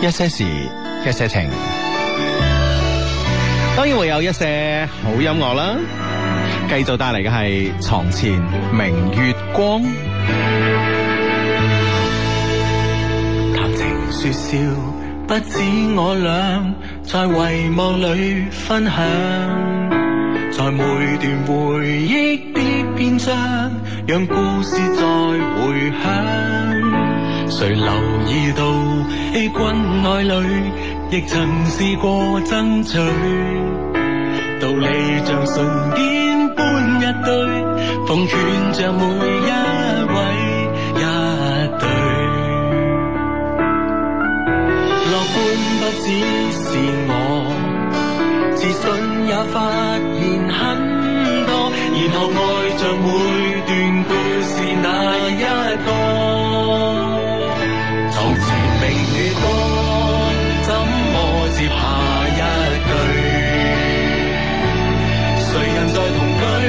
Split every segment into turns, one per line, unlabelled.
一些事，一些情，當然會有一些好音樂啦。繼續帶嚟嘅係床前明月光，
談情說笑，不止我倆，在遺忘裏分享，在每段回憶的篇章，讓故事再回響。誰留意到欺君愛侶，亦曾試過爭取，道理像唇邊般一堆，奉勸着每一位一對。樂觀不只是我，自信也發現很多，然後愛像每段故事那一個。床前明月光，怎麼接下一句？誰人在同居，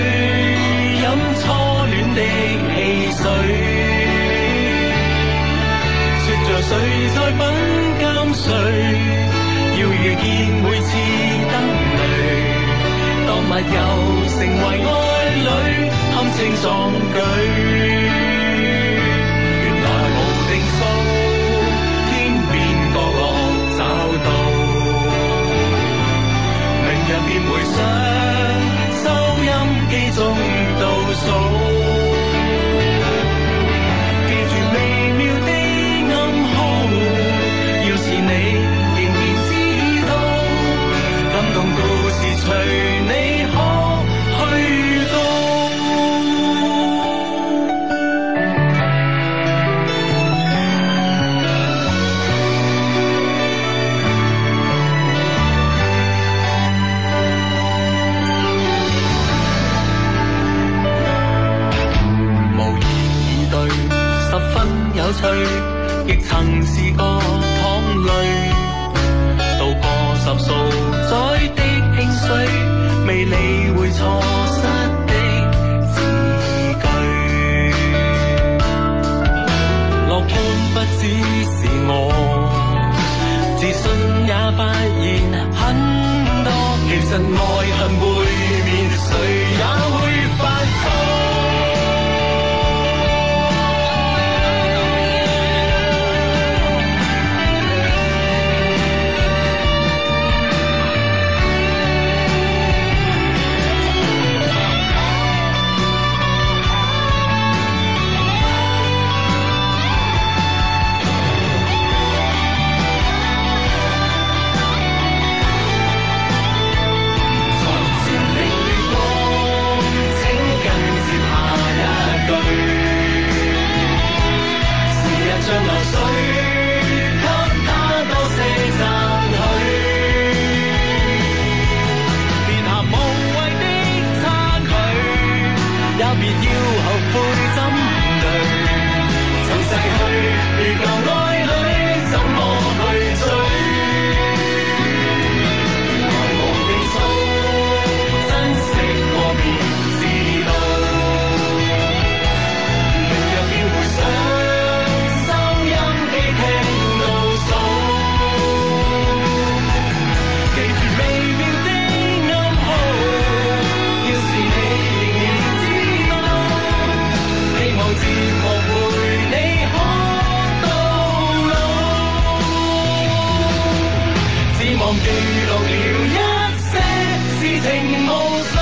飲初戀的汽水？說着誰在品鑑誰，要遇見每次等累，當密友成為愛侶，堪稱壯舉。原來無定數，天邊角落找到，明日便回想，收音機中倒數。記住微妙的暗號，要是你仍然知道，感動故事隨你可去到。無言以對，十分有趣，亦曾試過淌淚，渡過十數載的興衰，未理會錯失的字句。樂觀不只是我，自信也發現很多，其實愛恨背面，誰也會發覺。床前明月光，請緊接下一句。時日像流水，給他多些讚許。撇下無謂的差距，也別要後悔怎對。曾逝去，如舊愛侶，怎麼去追？愛無定數，珍惜過便知道。明日便回想，收音機聽倒數。記住微妙的暗號，要是你仍然知道，希望節目會你可到老。只望記錄了一些事情無數，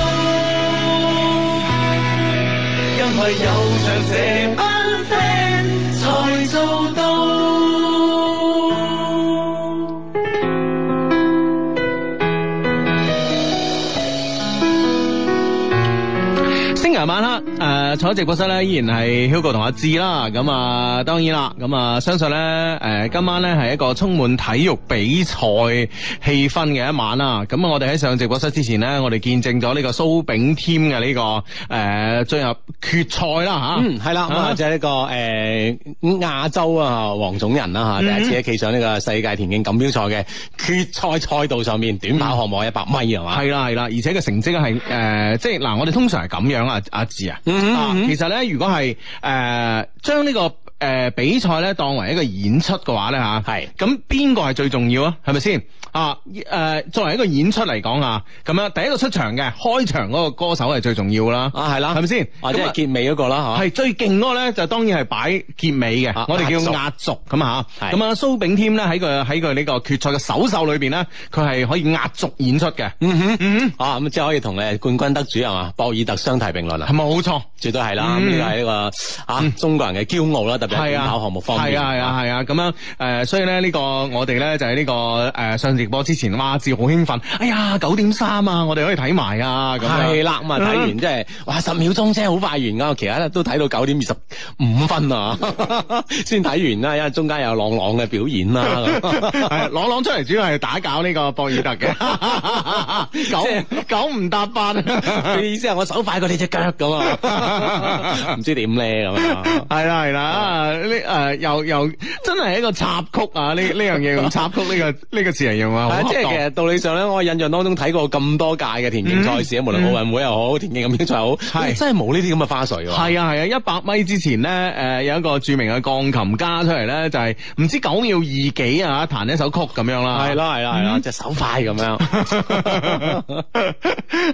因為有場這班 friend 才做到。
星期日晚黑，誒、坐喺直播室咧，依然係 Hugo 同阿志啦。咁啊，當然啦，咁啊，相信咧，誒、呃今晚咧係一個充滿體育比賽氣氛嘅一晚啦。咁啊，我哋喺上直播室之前咧，我哋見證咗呢個蘇炳添嘅呢個誒、進入決賽啦吓。
嗯，係啦，咁啊，即係呢個誒亞洲啊，黃種人啦嚇，第
嗯
一次喺企上呢個世界田徑錦標賽嘅決賽賽道上面，短跑項目一百米係嘛？
嗯係啦係啦，而且個成績係誒、呃即係嗱，我哋通常係咁樣啊，阿志啊，
嗯哼
啊
嗯哼
其實咧，如果係誒、將呢個诶比賽咧當為一個演出嘅話咧吓，
係
咁邊個係最重要啊？係咪先啊？诶，作為一個演出嚟講啊，咁樣第一個出場嘅開場嗰個歌手係最重要啦，
啊，係啦，
係咪先？
或者
咁
係
啊
結尾嗰個啦，嚇。
系最勁嗰個咧，就當然係擺結尾嘅
啊，
我哋叫壓
壓
軸咁啊吓。
係
咁啊，蘇炳添咧喺佢喺佢呢個決賽嘅首秀裏边咧，佢係可以壓軸演出嘅。
嗯哼，
嗯，
啊咁即係可以同你冠軍得主啊係嘛，博爾特相提並論
係
啊，
冇錯。
絕對係啦，咁
嗯
呢個係呢個啊中國人嘅驕傲啦，特別係
係
短
啊，
跑項目方
係啊，
面，
係啊，係啊，咁樣誒、呃所以咧呢、呢個我哋咧就喺、呢、個呃上直播之前，哇，自好興奮，哎呀，九點三啊，我哋可以睇埋啊，咁
系
樣。嗯
啦，咁啊睇完即係，哇十秒鐘啫，好快完噶，其他咧都睇到九點二十五分啊， 先睇完啦，因為中間有朗朗嘅表演啦，咁
係朗朗出嚟主要係打攪呢個博爾特 嘅， 九九唔搭八。
佢意思係我手快過你隻腳咁 啊，唔知點咧咁啊。
系啦系啦，啊呢诶又又真係一個插曲啊！呢呢樣嘢用插曲呢個呢個詞嚟用啊，
啊，
好
即
恰當
係其實道理上咧，我印象當中睇過咁多屆嘅田徑賽事，無論奧運會又好，田徑錦標賽又好，
係
真係冇呢啲咁嘅花絮喎。
係啊係啊，一百米之前咧，誒、有一個著名嘅鋼琴家出嚟咧，就係、唔知九秒二幾啊，彈一首曲咁樣啦。
係。啦係啦係啦，隻手快咁樣。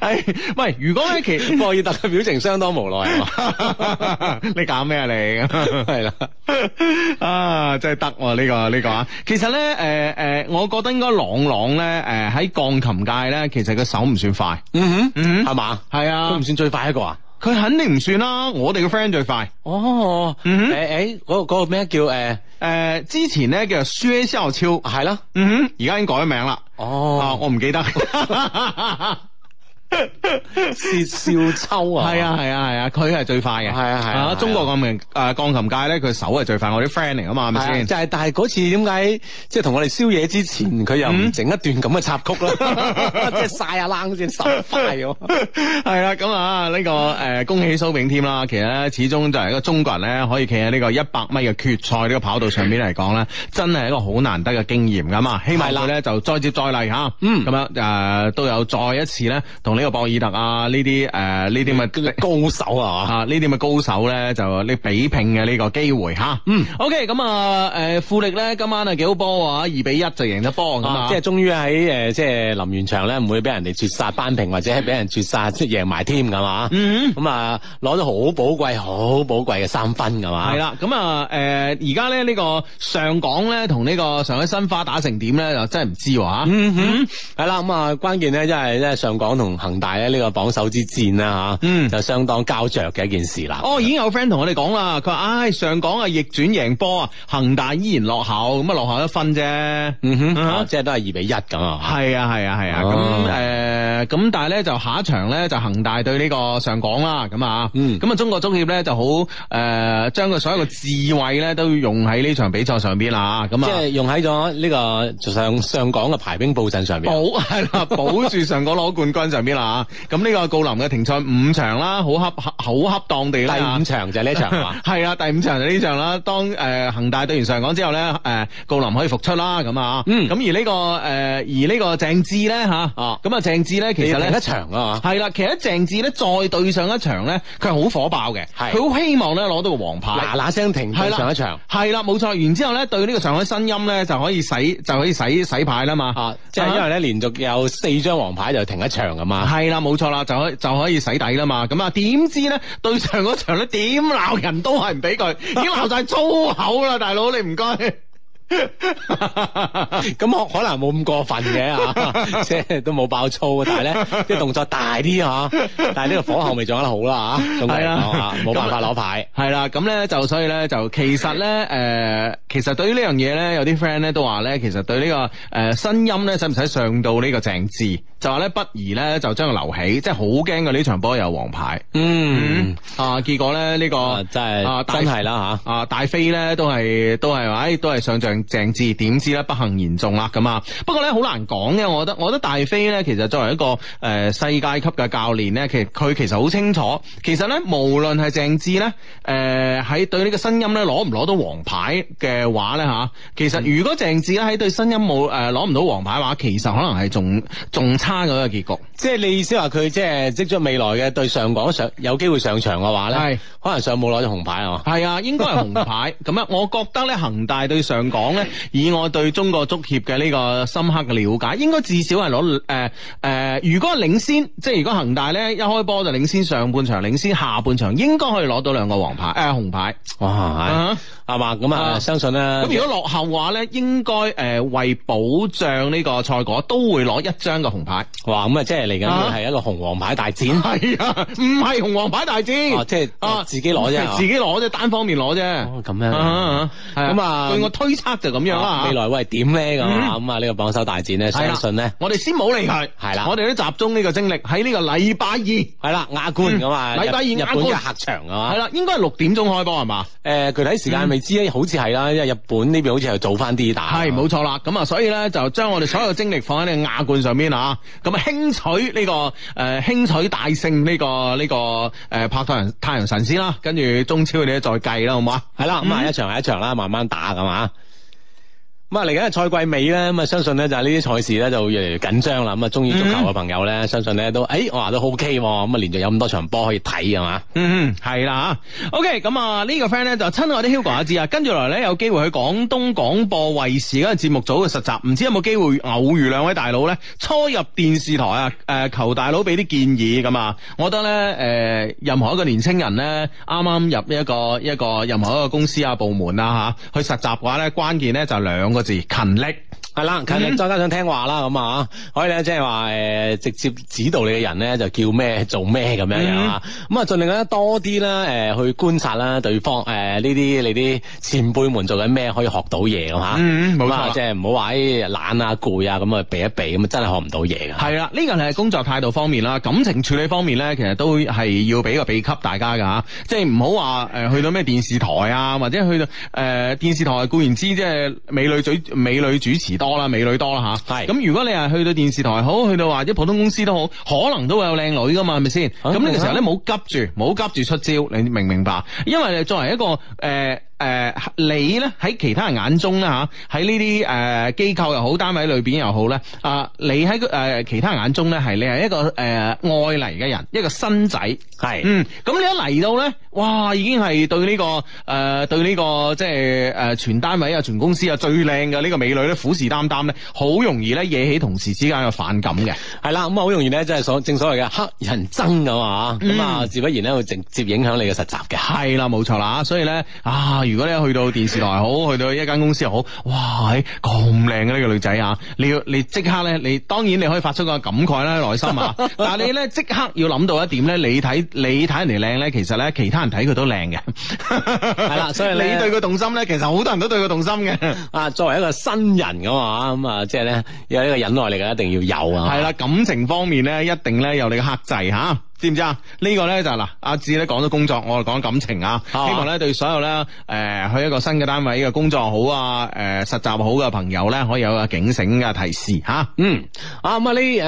係喂，如果咧其
博爾特嘅表情相當無奈係嘛？
你搞咩啊你？
係啦，
啊，真係得喎呢個呢個啊！其實咧，誒、誒、我覺得應該朗朗咧，誒、喺鋼琴界咧，其實個手唔算快，
嗯
嗯
哼，係嘛？
係
佢
啊
唔，算最快一個啊？
佢肯定唔算啦。我哋嘅 friend 最快，
哦，
嗯哼
誒誒，嗰個嗰個咩叫誒
誒、之前咧叫做薛少超，
係啦，
嗯哼，而家已經改咗名啦。啊，
哦，
我唔記 得。
薛少秋啊，
係啊係啊係啊，佢係最快嘅。
係啊係啊係啊
中國鋼琴誒鋼琴界咧，佢手係最快，我啲 friend 嚟噶嘛，係
係啊。
咪先？
就係，但係嗰次點解即係同我哋宵夜之前，佢又
嗯
唔整一段咁嘅插曲 啦，即係晒下冷先手快哦喎。
係啦，咁啊呢個誒恭喜蘇炳添啦，其實咧始終就係一個中國人咧，可以企喺呢個一百米嘅決賽呢個跑道上面嚟講咧，真係一個好難得嘅經驗噶啊嘛。希望
係啦
佢咧就再接再厲嚇，
嗯
咁樣誒都有再一次咧同呢個博爾特啊呢啲誒呢啲咁嘅
高手啊，
啊！呢啲咁嘅高手咧，就你比拼嘅呢個機會吓。
嗯
，OK，咁啊，诶，富力咧今晚啊幾好波啊，二比一就贏咗波咁啊
啊，即係終於喺誒即係臨完場咧，唔會俾人哋絕殺扳平，或者係俾人絕殺即係贏埋添㗎嘛。
嗯。
咁啊，攞咗好寶貴、好寶貴嘅三分㗎嘛。
係啦，咁啊，诶，而家咧呢個上港咧同呢個上海申花打成點咧，就真係唔知喎啊吓。
嗯哼，系啦，咁啊，關鍵咧，因為咧上港同恒大咧呢個榜首之戰啦吓，
嗯
就相當膠着嘅一件事啦。
哦，已經有 friend 同我哋講啦，佢話：，唉，上港啊逆轉贏波啊，恒大依然落後，咁啊落後一分啫。
嗯哼，啊
嗯
即係都係二比一咁啊。
係啊係啊係啊，
哦
咁诶咁但係咧就下一場咧就恒大對呢個上港啦，咁啊，
嗯
咁啊中國足協咧就好诶將佢所有嘅智慧咧都用喺呢場比賽上邊啦，咁
即
啊
係。用喺咗呢個上上港嘅排兵布陣上 面。啊
保係 啦，保住上港攞冠軍上邊啦啊咁呢個郜林嘅停賽五場啦，好恰好恰當地
第
啦。。
五場就係呢一場啊係嘛
係啦，啊第五場就呢場啦。當誒恒大對完上港之後咧，誒郜林可以復出啦，咁啊，
嗯
咁而呢個誒呃而呢個鄭智咧嚇，
啊
咁啊鄭智咧其實
其實
咧
一。場 啊嘛。
係啦，其實鄭智咧再對上一場咧，佢係好火爆嘅，
係
佢好希望咧攞到個黃牌
嗱。嗱聲停
係
對
啦
上一場
係啦，冇錯。然之後咧，對呢個上海申鑫咧就可以洗就可以洗洗牌啦嘛。
啊，即係因為咧連續有四張黃牌就停一場㗎嘛。
係啦，冇錯啦，就可以就可以洗底啦嘛。咁啊，點知咧對上嗰場咧點鬧人都係唔俾 佢，已經鬧晒粗口啦，大佬你唔該。
咁我可能冇咁過分嘅啊， 即係都冇爆粗，啊但係 咧啲動作大啲啊， 但係呢個火候未掌握得好啦啊，總嘅嚟講啊，冇辦法攞牌。
系啦，咁咧就所以咧就其實咧誒、呃其實對於呢樣嘢咧，有啲 friend 咧都話咧，其實對呢、個誒新音咧，使唔使上到呢個鄭智？就話咧不如咧就將佢留起，即係好驚佢呢場波有黃牌。
嗯，
啊，結果咧呢、個
啊真
啊
係
大
真係啦嚇。
啊，大飛咧都係都係話，哎都係上仗鄭智，點知咧不幸言中啦咁啊！不過咧好難講嘅，我覺得，我覺得大飛咧其實作為一個誒、呃世界級嘅教練咧，其實佢其實好清楚，呃其實咧無論係鄭智咧誒喺對呢個新音咧攞唔攞到黃牌嘅嘅話咧吓，其
嗯
實如果鄭智咧喺對新音冇誒攞唔到黃牌嘅話，其實可能係仲仲差嗰個結局。
即係你意思話佢即係積咗未來嘅對上港上有機會上場嘅話咧，
係
可能上冇攞咗紅牌啊，
係啊，應該係紅 牌。咁啊，我覺得咧，恒大對上港咧，以我對中國足協嘅呢個深刻嘅了解，應該至少係攞誒誒，如果領先，即係如果恒大咧一開波就領先上半場，領先下半場，應該可以攞到兩個黃牌誒、呃、紅牌。
哇
啊
係係嘛咁啊，
啊
相信咧
咁如果落後嘅話咧，應該誒、呃、為保障呢個賽果，都會攞一張嘅紅牌。
哇咁啊，即係嚟緊
啊
會係一個紅黃牌大戰，
係啊，唔係紅黃牌大戰，
哦即係
啊
自己攞啫
自己攞啫，單方面攞啫。
哦咁樣
啊係啊
咁啊
據我推測就咁樣啦。
未來會係點咧咁啊？
嗯
咁啊呢個榜首大戰咧，
係啦
相信咧。
我哋先冇理佢，
係啦
我哋都集中呢個精力喺呢個禮拜二，
系啦，亞冠咁啊，
嗯禮拜二
日日
亞
本
冠
嘅客場
係
啊嘛，
啦，嗯應該係六點鐘開波係嘛？
誒具體時間未知咧，好似係啦，因為日本呢邊好似係早翻啲打，
係冇錯啦，咁啊，所以咧就將我哋所有精力放喺呢個亞冠上面啊，咁啊輕取呢、個誒、呃、輕取大勝呢、個呢、個誒、呃、拍太陽太陽神先啦，跟住中超你再計啦，好唔好啊？
係啦，咁啊
嗯
一場係一場啦，慢慢打咁啊。咁啊，嚟緊嘅賽季尾咧，咁啊，相信咧就係呢啲賽事咧就越嚟越緊張啦。咁啊，中意足球嘅朋友咧，相信咧都，誒，我話都 OK 喎。咁啊，連續有咁多場波可以睇係嘛。
嗯，係啦吓，OK，咁啊呢個 friend 咧就親愛的 Hugo 阿志啊，跟住落嚟咧有機會去廣東廣播衛視嗰個節目組嘅實習，唔知有冇機會呃偶遇兩位大佬咧？初入電視台啊，誒、求大佬俾啲建議咁啊！我覺得咧，誒、任何一個年青人咧，啱啱入一個一個任何一個公司啊部門啊吓，去實習嘅話咧，關鍵咧就兩個字勤力。
係啦，勤力再加上聽話啦，咁啊，可以咧即係話誒直接指導你嘅人咧就叫咩做咩咁樣樣啊，咁啊盡力咧多啲啦誒去觀察啦對方誒呢啲你啲前輩們做緊咩可以學到嘢咁嚇，
嗯冇錯
咁啊
啦
即係唔好話誒懶啊攰啊咁啊避一避咁啊真係學唔到嘢㗎。
係啦，呢個係工作態度方面啦，感情處理方面咧，其實都係要俾個秘笈大家噶吓，即係唔好話誒去到咩電視台啊，或者去到誒、呃、電視台固然之即係美女主美女主持多啦，美女多啦吓。
係
咁如果你係去到電視台好，去到或者普通公司都好，可能都會有靚女噶嘛，係咪先？
啊
咁呢個時候咧，冇急住，冇急住出招，你明唔明白？因為作為一個誒。呃誒、你咧喺其他人眼中啦嚇，喺呢啲誒機構又好，單位裏邊又好咧，啊、你喺誒、呃其他人眼中咧係你係一個誒、呃、外嚟嘅人，一個新仔。
係
嗯，咁你一嚟到咧，哇，已經係對呢、個誒、呃、對呢、個即係誒全單位啊、全公司啊最靚嘅呢個美女咧，虎視眈眈咧，好容易咧惹起同事之間嘅反感嘅。
係啦，咁啊好容易咧，即係所正所謂嘅黑人憎咁啊，咁啊
嗯
自不然咧會直接影響你嘅實習嘅。
係啦，冇錯啦，所以咧啊，如果你去到電視台好，去到一間公司又好，哇，係咁靚嘅呢個女仔啊，你要你即刻咧，你當然你可以發出個感慨啦，內心 啊，但係你咧即刻要諗到一點咧，你睇你睇人哋靚咧，其實咧其他人睇佢都靚嘅，係
啦所以
你
呢
對佢動心咧，其實好多人都對佢動心嘅，
啊，作為一個新人咁啊，咁啊，即係咧有呢個忍耐力嘅，一定要有啊。
係啦，感情方面咧一定咧有你嘅克制吓。知唔知啊？呢個咧就係嗱，阿志咧講咗工作，我就講感情啊。希
啊
望咧對所有咧誒、呃去一個新嘅單位嘅工作好啊，誒、實習好嘅朋友咧，可以有個警醒嘅提示吓。
嗯，啊咁啊呢誒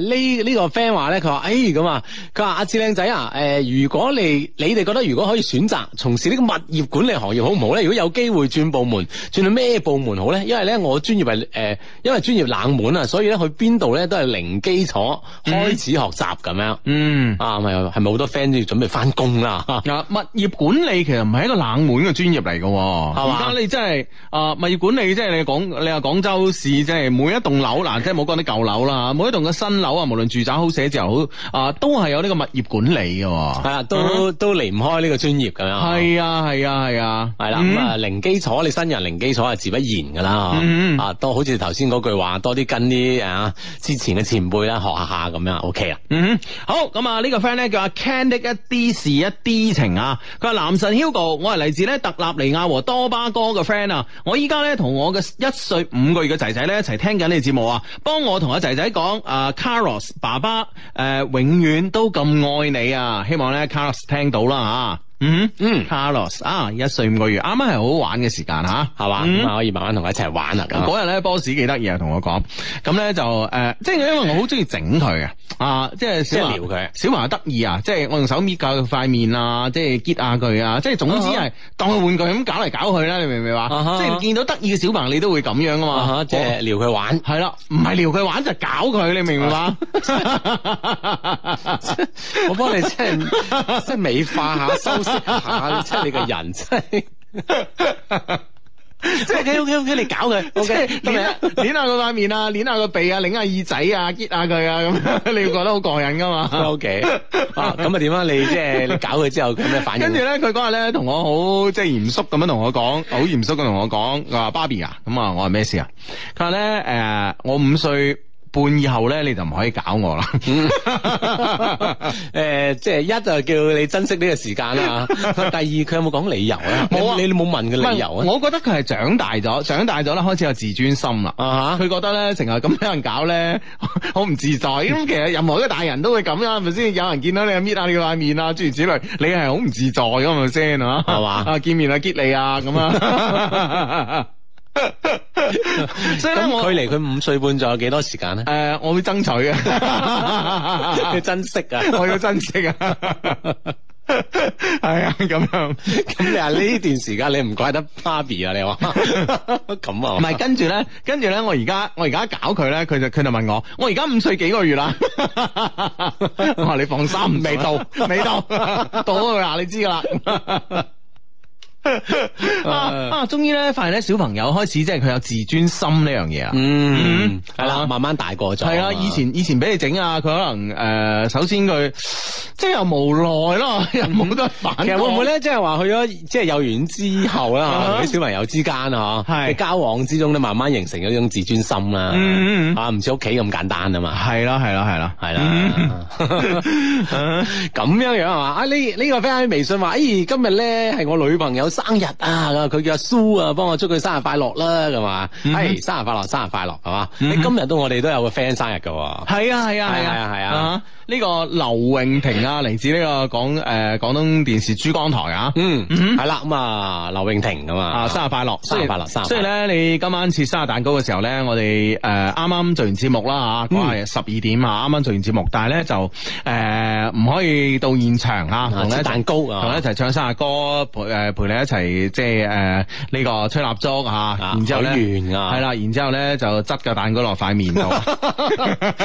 呢呢個 friend 話咧，佢話誒咁啊，佢話阿志靚仔啊，誒、如果你你哋覺得如果可以選擇從事呢個物業管理行業好唔好咧？如果有機會轉部門，轉到咩部門好咧？因為咧我專業係誒、呃因為專業冷門啊，所以咧去邊度咧都係零基礎開始學習咁樣。
嗯。
啊，咪係咪好多 friend 都要準備翻工啦？
啊，物業管理其實唔係一個冷門嘅專業嚟嘅喎，
係
而
嘛
家你真係啊，物業管理即係你講，你話廣州市即係每一棟樓嗱，即係冇講啲舊樓啦，每一棟嘅新樓啊，無論住宅好寫字樓好啊，都係有呢個物業管理嘅喎。
係啊，都都離唔開呢個專業咁樣。
嗯係啊，係啊，係啊，
系啦，咁啊零基礎，你新人零基礎係自不然噶啦，
嗯
啊多好似頭先嗰句話，多啲跟啲啊之前嘅前輩啦學下下咁樣，OK 啦。
嗯，好咁啊！呢個 friend 咧叫阿 Candy 一啲事一啲情啊，佢話男神 Hugo，我係嚟自咧特立尼亞和多巴哥嘅 friend 啊，我依家咧同我嘅一歲五個月嘅仔仔咧一齊聽緊你節目啊，幫我同阿仔仔講啊，Carlos 爸爸誒、呃永遠都咁愛你啊，希望咧 Carlos 聽到啦啊，嗯
嗯
，Carlos 啊，一歲五個月，啱啱係好好玩嘅時間嚇，
係嘛，
嗯
咁啊可以慢慢同佢一齊玩啦咁。
啊嗰日咧 boss 幾得意啊，同我講，咁咧就誒、呃即係因為我好中意整佢嘅，啊，即係小
即係撩
華
佢
小華得意啊，即係我用手搣下佢塊面啊，即係揭下佢啊，即係總之
啊
係當佢玩具咁搞嚟搞去啦，你明唔明話
啊哈？
即係見到得意嘅小朋友，你都會咁樣噶
啊哈
嘛？
即係撩佢玩。
系啦，唔係撩佢玩就係搞佢，你明唔明
啊
話？
我幫你即係即係美化 下、修飾下，即係你個人真 係。
即係 OK OK 你搞佢 即係
得未
捻
啊
捻下佢塊面啊，捻下個鼻啊，拧下耳仔啊，揭下佢啊，咁 你會覺得好過癮噶嘛？
O K，啊咁啊點啊？你即係你搞佢之後，佢有咩反應？啊
跟住咧，佢嗰日咧同我好即係嚴肅咁樣同我講，好嚴肅咁同我講，佢話芭比啊，咁啊，我話咩事啊？佢話咧誒，我五歲半以後咧，你就唔可以搞我 啦。
诶，即係一就叫你珍惜呢個時 間啦。第二，佢有冇講理由啊？
冇啊
你你冇問
唔
佢
係
理由啊？
我覺得佢係長大咗，長大咗啦，開始有自尊心啦。
啊
佢覺得咧，成日咁俾人搞 咧，好唔自在。咁其實任何一個大人都會咁啦，係咪先？有人見到你搣下你塊面啊，諸如此類，你係好唔自在噶，係咪先啊？
係嘛
啊，見面啊，激你啊，咁 啊。 所以咧，我
咁
誒、
距離佢五歲半仲有幾多時間咧？
我會爭取
要
嘅，
珍惜啊！
我要珍惜啊。 係啊，咁樣。
咁你話呢段時間你唔怪得芭比啊？你話 咁啊？
唔係，跟住咧，跟住咧，我而家我而家搞佢咧，佢就佢就問我，我而家五歲幾個月啦？ 我話你放心，未到， 未到，到咗佢啦，你知噶 啦。啊啊！終於咧，發現咧，小朋友開始即係佢有自尊心呢樣嘢啊。
嗯
嗯，
係啦，慢慢大個咗。
係啊，以前以前俾你整啊，佢可能誒、呃首先佢即係又無奈咯，又冇得反抗。
嗯其實會唔會咧，即係話去咗即係幼兒園之後啦，
啊
同啲小朋友之間啊，
係
嘅交往之中咧，慢慢形成一種自尊心啦
嗯嗯嗯，
啊，唔似屋企咁簡單啊嘛，
係啦，係啦，係啦，嗯
係啦。咁樣樣係嘛？啊呢呢個 friend 喺微信話：，誒今日咧係我女朋友生日啊，佢叫阿蘇啊，幫我祝佢生日快樂啦，咁啊，
嗯
係生日快樂，生日快樂，係嘛？
嗯
你今日都我哋都有個 friend 生日㗎喎。
係啊係啊
係啊係啊！
呢個劉永平啊，嚟自呢個廣誒廣東電視珠江台啊。
嗯，
嗯
係啦，咁啊，劉永婷咁
啊！
啊，
生日快樂，
生日快樂生日快樂
所以咧，你今晚切生日蛋糕嘅時候咧，我哋呃誒啱啱做完節目啦
嗯
嚇，嗰日十二點啊，啱啱做完節目，但係咧就誒唔可以到現場啊，同你一
切
齊
蛋糕啊
同你一齊唱生日歌，陪誒陪你一齊即係誒呢個吹蠟燭啊，然之後咧
許願啊
係啦，然之後咧就執個蛋糕落塊 面度。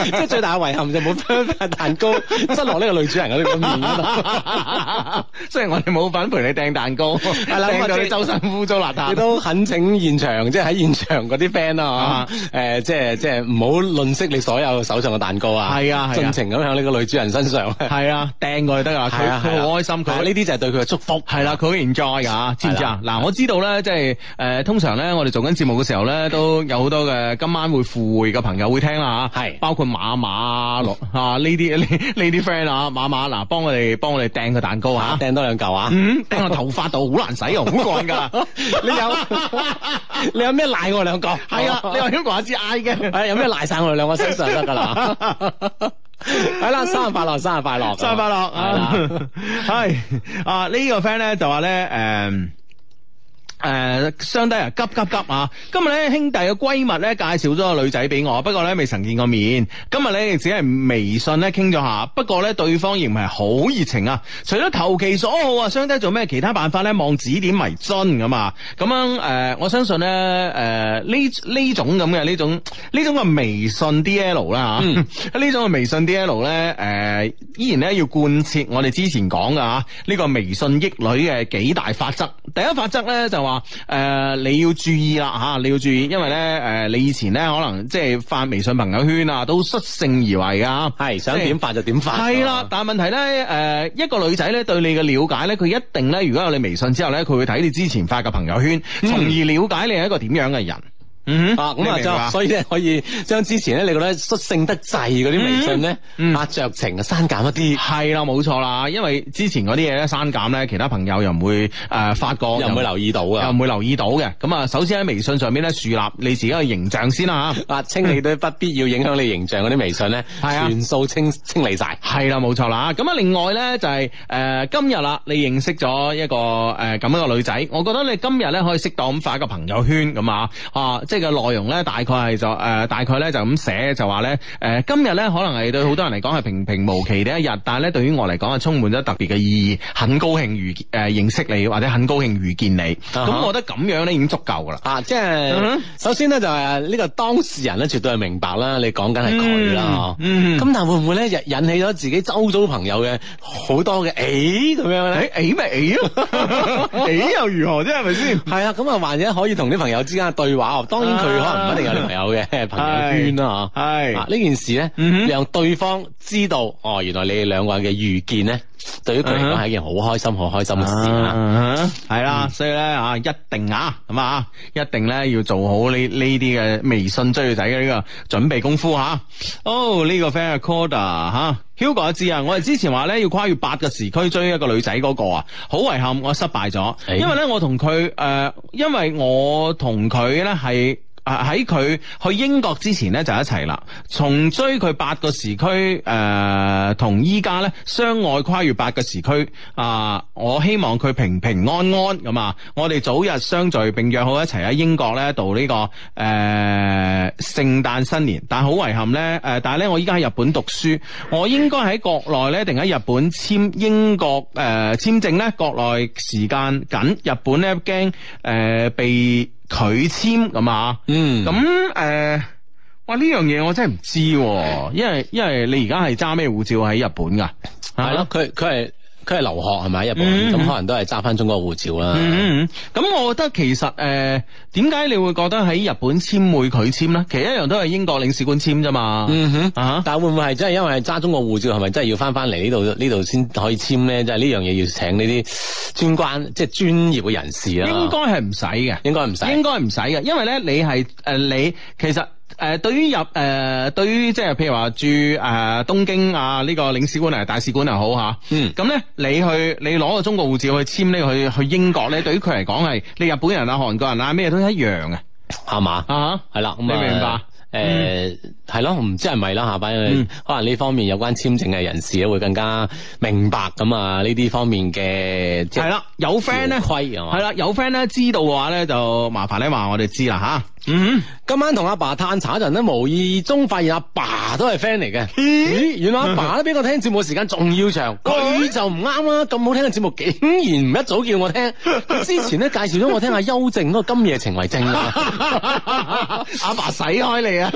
即係最大嘅遺憾就冇分蛋糕， 質落呢個女主人嗰啲面嗰度。
雖然我哋冇份陪你掟蛋糕，
啦咁
掟到
啊即
你
係
周身污糟邋
亦
遢。
都懇請現場，即係喺現場嗰啲 friend 啦
啊，
誒，即係即係唔好吝惜你所有手上嘅蛋糕啊，
係啊係啊
盡情咁向呢個女主人身上。
係啊，掟過就得啦，佢
係啊係
佢
啊
好開心，
係啊
佢
呢啲就係對佢嘅祝福。
係啦，佢好 enjoy 噶，知唔知啊？嗱，我知道咧，即係誒、呃通常咧，我哋做緊節目嘅時候咧，都有好多嘅今晚會赴會嘅朋友會聽啦嚇，
係
包括馬馬啊羅啊呢啲呢呢啲 friend 啊，馬馬嗱，幫我哋幫我哋掟個蛋糕嚇、
啊，掟多兩嚿啊！
嗯，掟落頭髮度好難洗啊，好乾㗎，
你有 你有咩賴我兩個？哦哎
係啊，你話 Hugo 阿芝嗌嘅。
係有啊咩賴晒我哋兩個身上得 㗎啦？係啦，生日快樂，生日快樂，
生日快樂
係啦
啊！ 係啊，呢個 friend 咧就話咧誒。誒、相低啊，急急急啊！今日咧兄弟嘅閨蜜咧介紹咗個女仔俾我，不過咧未曾見過面。今日咧亦只係微信咧傾咗下，不過咧對方亦唔係好熱情啊。除咗投其所好啊，相低做咩其他辦法咧？望指點迷津咁啊！咁樣誒、我相信咧誒呢呢種咁嘅呢種呢種嘅微信 D L 啦嚇，
嗯
呢種嘅微信 D L 咧，誒、依然咧要貫徹我哋之前講嘅嚇，呢個微信益女嘅幾大法則。第一法則咧就話誒、你要注意啦嚇、啊你要注意，因為咧誒、你以前咧可能即係發微信朋友圈啊，都率性而為㗎。
係想
即係
點發就點發。
係啦，但係問題咧，誒、一個女仔咧對你嘅了解咧，佢一定咧，如果有你微信之後咧，佢會睇你之前發嘅朋友圈，從而了解你係一個點樣嘅人。嗯
啊，
你
咁
明白
啊，就所以咧可以將之前咧你覺得率性得滯嗰啲微信咧，
嗯
啊酌情啊刪減一啲，
係啦，冇錯啦，因為之前嗰啲嘢咧刪減咧，其他朋友又唔會誒、呃、發覺，
又唔會留意到
又
啊
唔。會留意到嘅。咁啊，首先喺微信上面咧樹立你自己嘅形象先啦嚇。
啊！清理啲不必要影響你形象嗰啲微信咧，
係啊
全數清清理晒。
係啦，冇錯啦。咁啊，另外咧就係、呃今日啦，你認識咗一個誒咁、樣嘅女仔，我覺得你今日咧可以適當咁發一個朋友圈咁啊，啊，即係即係嘅內容咧，大概係就誒、呃大概咧就咁寫就話咧誒今日咧可能係對好多人嚟講係平平無奇嘅一日，但係咧對於我嚟講係充滿咗特別嘅意義，很高興遇誒、呃、認識你，或者很高興遇見你。咁、
啊哈
我覺得咁樣咧已經足夠噶啦。
啊，即
嗯
係
哼
首先咧就係啊呢個當事人咧，絕對係明白啦，你講緊係佢啦，哦嗬
嗯，
咁但會唔會咧引引起咗自己周遭朋友嘅好多嘅誒咁樣咧？
誒誒咪 誒 咯，誒又如何啫？係咪先？
係啊，咁啊，或者可以同啲朋友之間嘅對話，當然佢可能唔一定有女朋 友嘅朋友圈啦，嚇。
啊係
啊，呢件事咧，
嗯哼
讓對方知道，哦，原來你哋兩個人嘅遇見咧，對於佢嚟
嗯
講
哼
係一件好開心、好開心嘅事啊！嗯
啊，係啦，所以咧啊，一定啊，咁啊，一定咧要做好呢呢啲嘅微信追女仔嘅呢個準備功夫吓。哦，呢個 friend 係 Corda 吓。Hugo 阿志啊，我哋之前話咧要跨越八個時區追一個女仔嗰個啊，好遺憾我失敗咗，
哎
因為咧我同佢誒，因為我同佢咧係。啊！喺佢去英國之前咧就一齊啦，從追佢八個時區，誒、呃同依家咧相愛跨越八個時區啊、我希望佢平平安安咁啊！我哋早日相聚並約好一齊喺英國咧度呢個誒、聖誕新年，但好遺憾咧誒、但係咧我依家喺日本讀書，我應該喺國內咧定喺日本簽英國誒、簽證咧，國內時間緊，日本咧驚誒被。佢簽咁啊，
嗯，
咁誒、呃哇呢樣嘢我真係唔知喎，因為因為你而家係揸咩護照喺日本噶，
係咯，佢佢係佢係留學係咪喺日
啊嗯
本？咁可能都係揸翻中國護照啦。
嗯。嗯嗯，咁我覺得其實誒，呃點、解你會覺得喺日本簽會佢簽咧？其實一樣都係英國領事館簽啫嘛。
嗯哼。
啊
但會唔會係真係因為揸中國護照係咪真係要翻翻嚟呢度呢度先可以簽咧？即係呢樣嘢要請呢啲專關即係專業嘅人士啦。
應該係唔使嘅。
應該哎唔使。
應該唔使嘅，因為咧你係誒、呃你其實。誒、對於入誒、呃、對於即係譬如話住誒、呃、東京啊呢、個領事館啊大使館又好嚇，
嗯
咁咧你去你攞個中國護照去簽呢個去去英國咧，對於佢嚟講係你日本人啊、韓國人啊咩都一樣嘅
係嘛？
啊
係啦，咁
你明白
誒，係咯，唔知係咪啦下班，因為
嗯
可能呢方面有關簽證嘅人士啊咧會更加明白咁啊，呢啲方面嘅即
係啦，有 friend 咧
規係嘛
係啦，有 friend 咧知道嘅話咧就麻煩你話我哋知啦吓，嗯，
今晚同阿爸嘆茶嗰陣咧，無意中發現阿爸都係 friend 嚟嘅。咦，哦原來阿爸咧比我聽節目時間仲要 長，佢就唔啱啦。咁好聽嘅節目，竟然唔一早叫我 聽。之前咧介紹咗我聽阿邱靜嗰個《今夜情為證》啊。
阿爸使開你啊！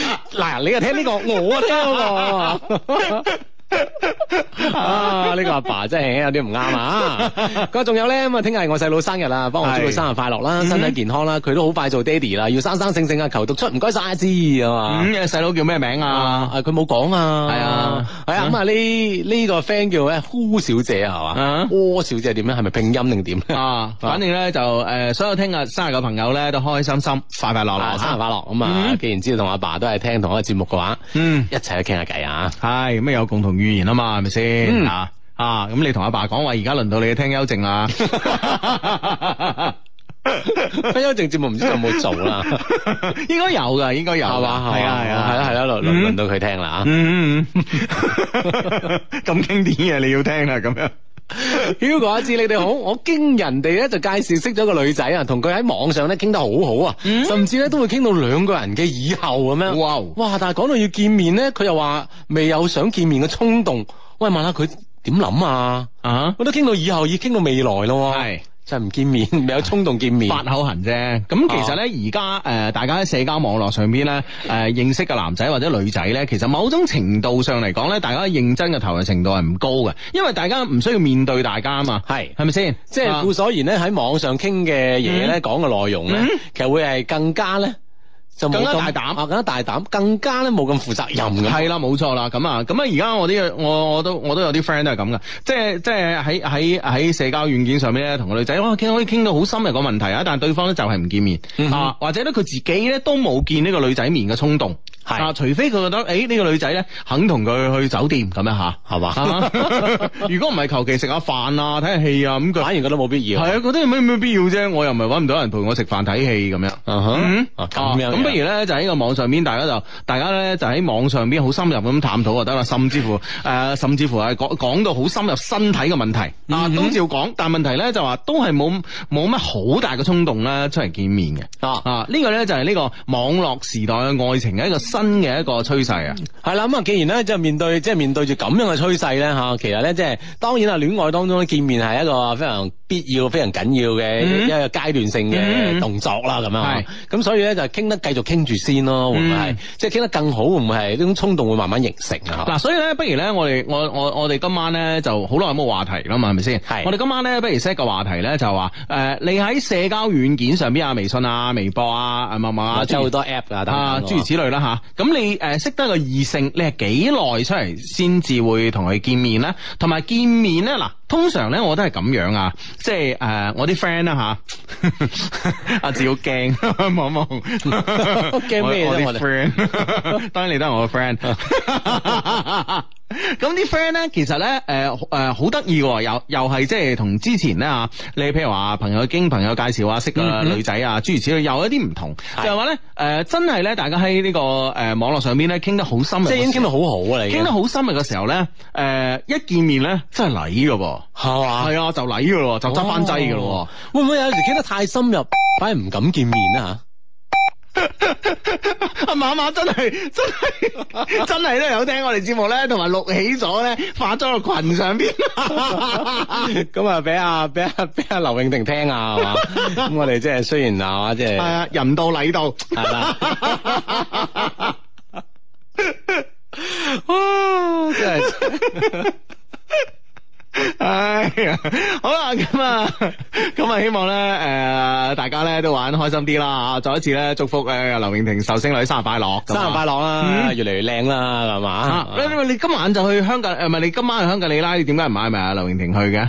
嗱，你又聽呢個，我啊聽嗰 個。啊！呢、個阿爸真係有啲唔啱啊！佢話仲有咧，咁啊，聽日係我細佬生日啦，幫我祝
係
佢生日快樂啦，身體健康啦，佢都好快做爹哋啦，要生生性性啊，求讀出，唔該晒阿芝啊嘛。
咁嘅嗯細佬叫咩名啊？
啊！佢冇講啊，
係啊
係啊，咁啊呢呢個 friend 叫咧呼小姐係嘛
啊，
柯小姐點咧？係咪拼音定點 咧？
啊，反正咧就誒、呃所有聽日生日嘅朋友咧都開開心心、快快樂
啊，
樂
生
嚇。
日快樂咁啊！
嗯
既然知道同阿爸都係聽同一個節目嘅話，
嗯，
一齊去傾下 偈啊！
係咁啊有共同語言啊嘛，係咪先
嗯
啊？啊，咁你同阿爸講話，而家輪到你聽邱靜啊 啦。
不休正節目唔知佢有冇做啦，
應該有噶，應該有㗎，
係嘛？
係啊，係啊，
係嗯啦，係啦，輪輪輪到佢聽啦啊！
嗯。嗯嗯， 咁經典嘅你要聽啦，咁樣。
Hugo 阿志，你哋好，我經人哋咧就介紹識咗個女仔啊，同佢喺網上咧傾得好好啊，
嗯
甚至咧都會傾到兩個人嘅以後咁樣。
哇
哇！但係講到要見面咧，佢又話未有想見面嘅衝動。喂，問下佢點諗啊？
啊！
我都傾到以後，已經傾到未來咯。
係，
真係唔見面， 未有衝動見面。
八哦口痕啫。咁其實咧，而家呃誒大家喺社交網絡上邊咧，誒、呃、認識嘅男仔或者女仔咧，其實某種程度上嚟講咧，大家認真嘅投入程度係唔高嘅，因為大家唔需要面對大家啊嘛，
係
係咪先？
即係
啊
故所言咧，喺網上傾嘅嘢
嗯
咧，講嘅內容咧，其實會係更加咧就冇
更加
咁
大膽
啊，更加大膽，更加咧冇咁負責任咁。
係啦，冇錯啦，咁啊，咁啊，而家我啲我我都我都有啲 friend 都係咁噶，即係即係喺喺喺社交軟件上面咧，同個女仔哇傾可以傾到好深入個問題啊，但係對方咧就係唔見面、
嗯哼
啊，或者咧佢自己咧都冇見呢個女仔面嘅衝動，
係
啊，除非佢覺得誒呢個女仔咧肯同佢去酒店咁樣吓，
係嘛
啊如果唔係求其食下飯啊、睇下戲啊咁佢
反而覺得冇必要。
係啊，覺得有咩咩必要啫？我又唔係揾唔到人陪我食飯睇戲咁樣。
啊哈
嗯
啊咁樣
咁不如
嘅
咧就喺個網上邊，大家就大家咧就喺網上邊好深入咁探討就得啦，甚至乎誒、呃甚至乎係講講到好深入身體嘅問題、啊，
嗯哼
都照講。但問題咧就話都係冇冇乜好大嘅衝動啦，出嚟見面嘅。
啊
啊，呢、個咧就係呢個網絡時代嘅愛情嘅一個新嘅一個趨勢啊。
係啦，咁啊，既然咧即係面對即係面對住咁樣嘅趨勢咧吓，其實咧即係當然啦，戀愛當中咧見面係一個非常必要、非常緊要嘅
嗯
一個階段性
嗯
嘅動作啦，咁樣
係
嚇。咁所以咧就傾得繼續傾住先咯，會唔會係
嗯
即係傾得更好？會唔會係呢種衝動會慢慢形成啊？
嗱，所以咧，不如咧，我哋我我我哋今晚咧就好耐冇話題啦嘛，係咪先？
係
我哋今晚咧，不如 set 個話題咧，就係話誒，你喺社交軟件上邊啊，微信啊、微博啊、啊陌陌啊，
啊，即係
諸如
好多 app 啊，等
啊，
等
諸如此類啦吓，咁你誒識得個異性，你係幾耐出嚟先至會同佢見面咧？同埋見面咧，嗱，通常咧我都係咁樣啊，即係誒、我啲 friend 啦吓， 阿志好驚， 望一望
驚咩啫
我
我
我啲
哋
friend，當 然你都係我嘅 friend。咁啲 friend 咧，其實咧，誒誒好得意喎，又又係即係同之前咧啊，你譬如話朋友經朋友介紹啊，識個
嗯嗯
女仔啊，諸如此類，又有一啲唔同，就
係
係話咧，誒、真係咧，大家喺呢、個誒、呃網絡上邊咧傾得好深入嘅
即
時
係
候，
已經傾到好好啊，你已經
傾得好深入嘅時候咧，誒、一見面咧真係禮噶噃，
係嘛？
係啊，就禮噶咯，就執翻劑噶咯
哦。會唔會有時傾得太深入，啊反而唔敢見面啊？嚇？
阿馬馬真係真係真係咧有聽我哋節目咧，同埋錄起咗咧，發咗個群上 邊。
咁啊，俾阿俾阿俾阿劉永定聽啊，係嘛？咁我哋即係雖然啊，即
係
係
啊，人到禮到。
係啦，
啊
即係
唉，哎好啦，咁啊，咁啊，希望咧，誒、大家咧都玩開心啲啦，啊吓，再一次咧，祝福誒劉穎婷壽星女生日快樂，
生日快
樂。
樂啦，
啊嗯
越嚟越靚啦，係
啊
嘛？！
你你你今晚就去香格，誒唔係你今晚去香格里拉，你點解唔買埋阿劉穎婷去嘅？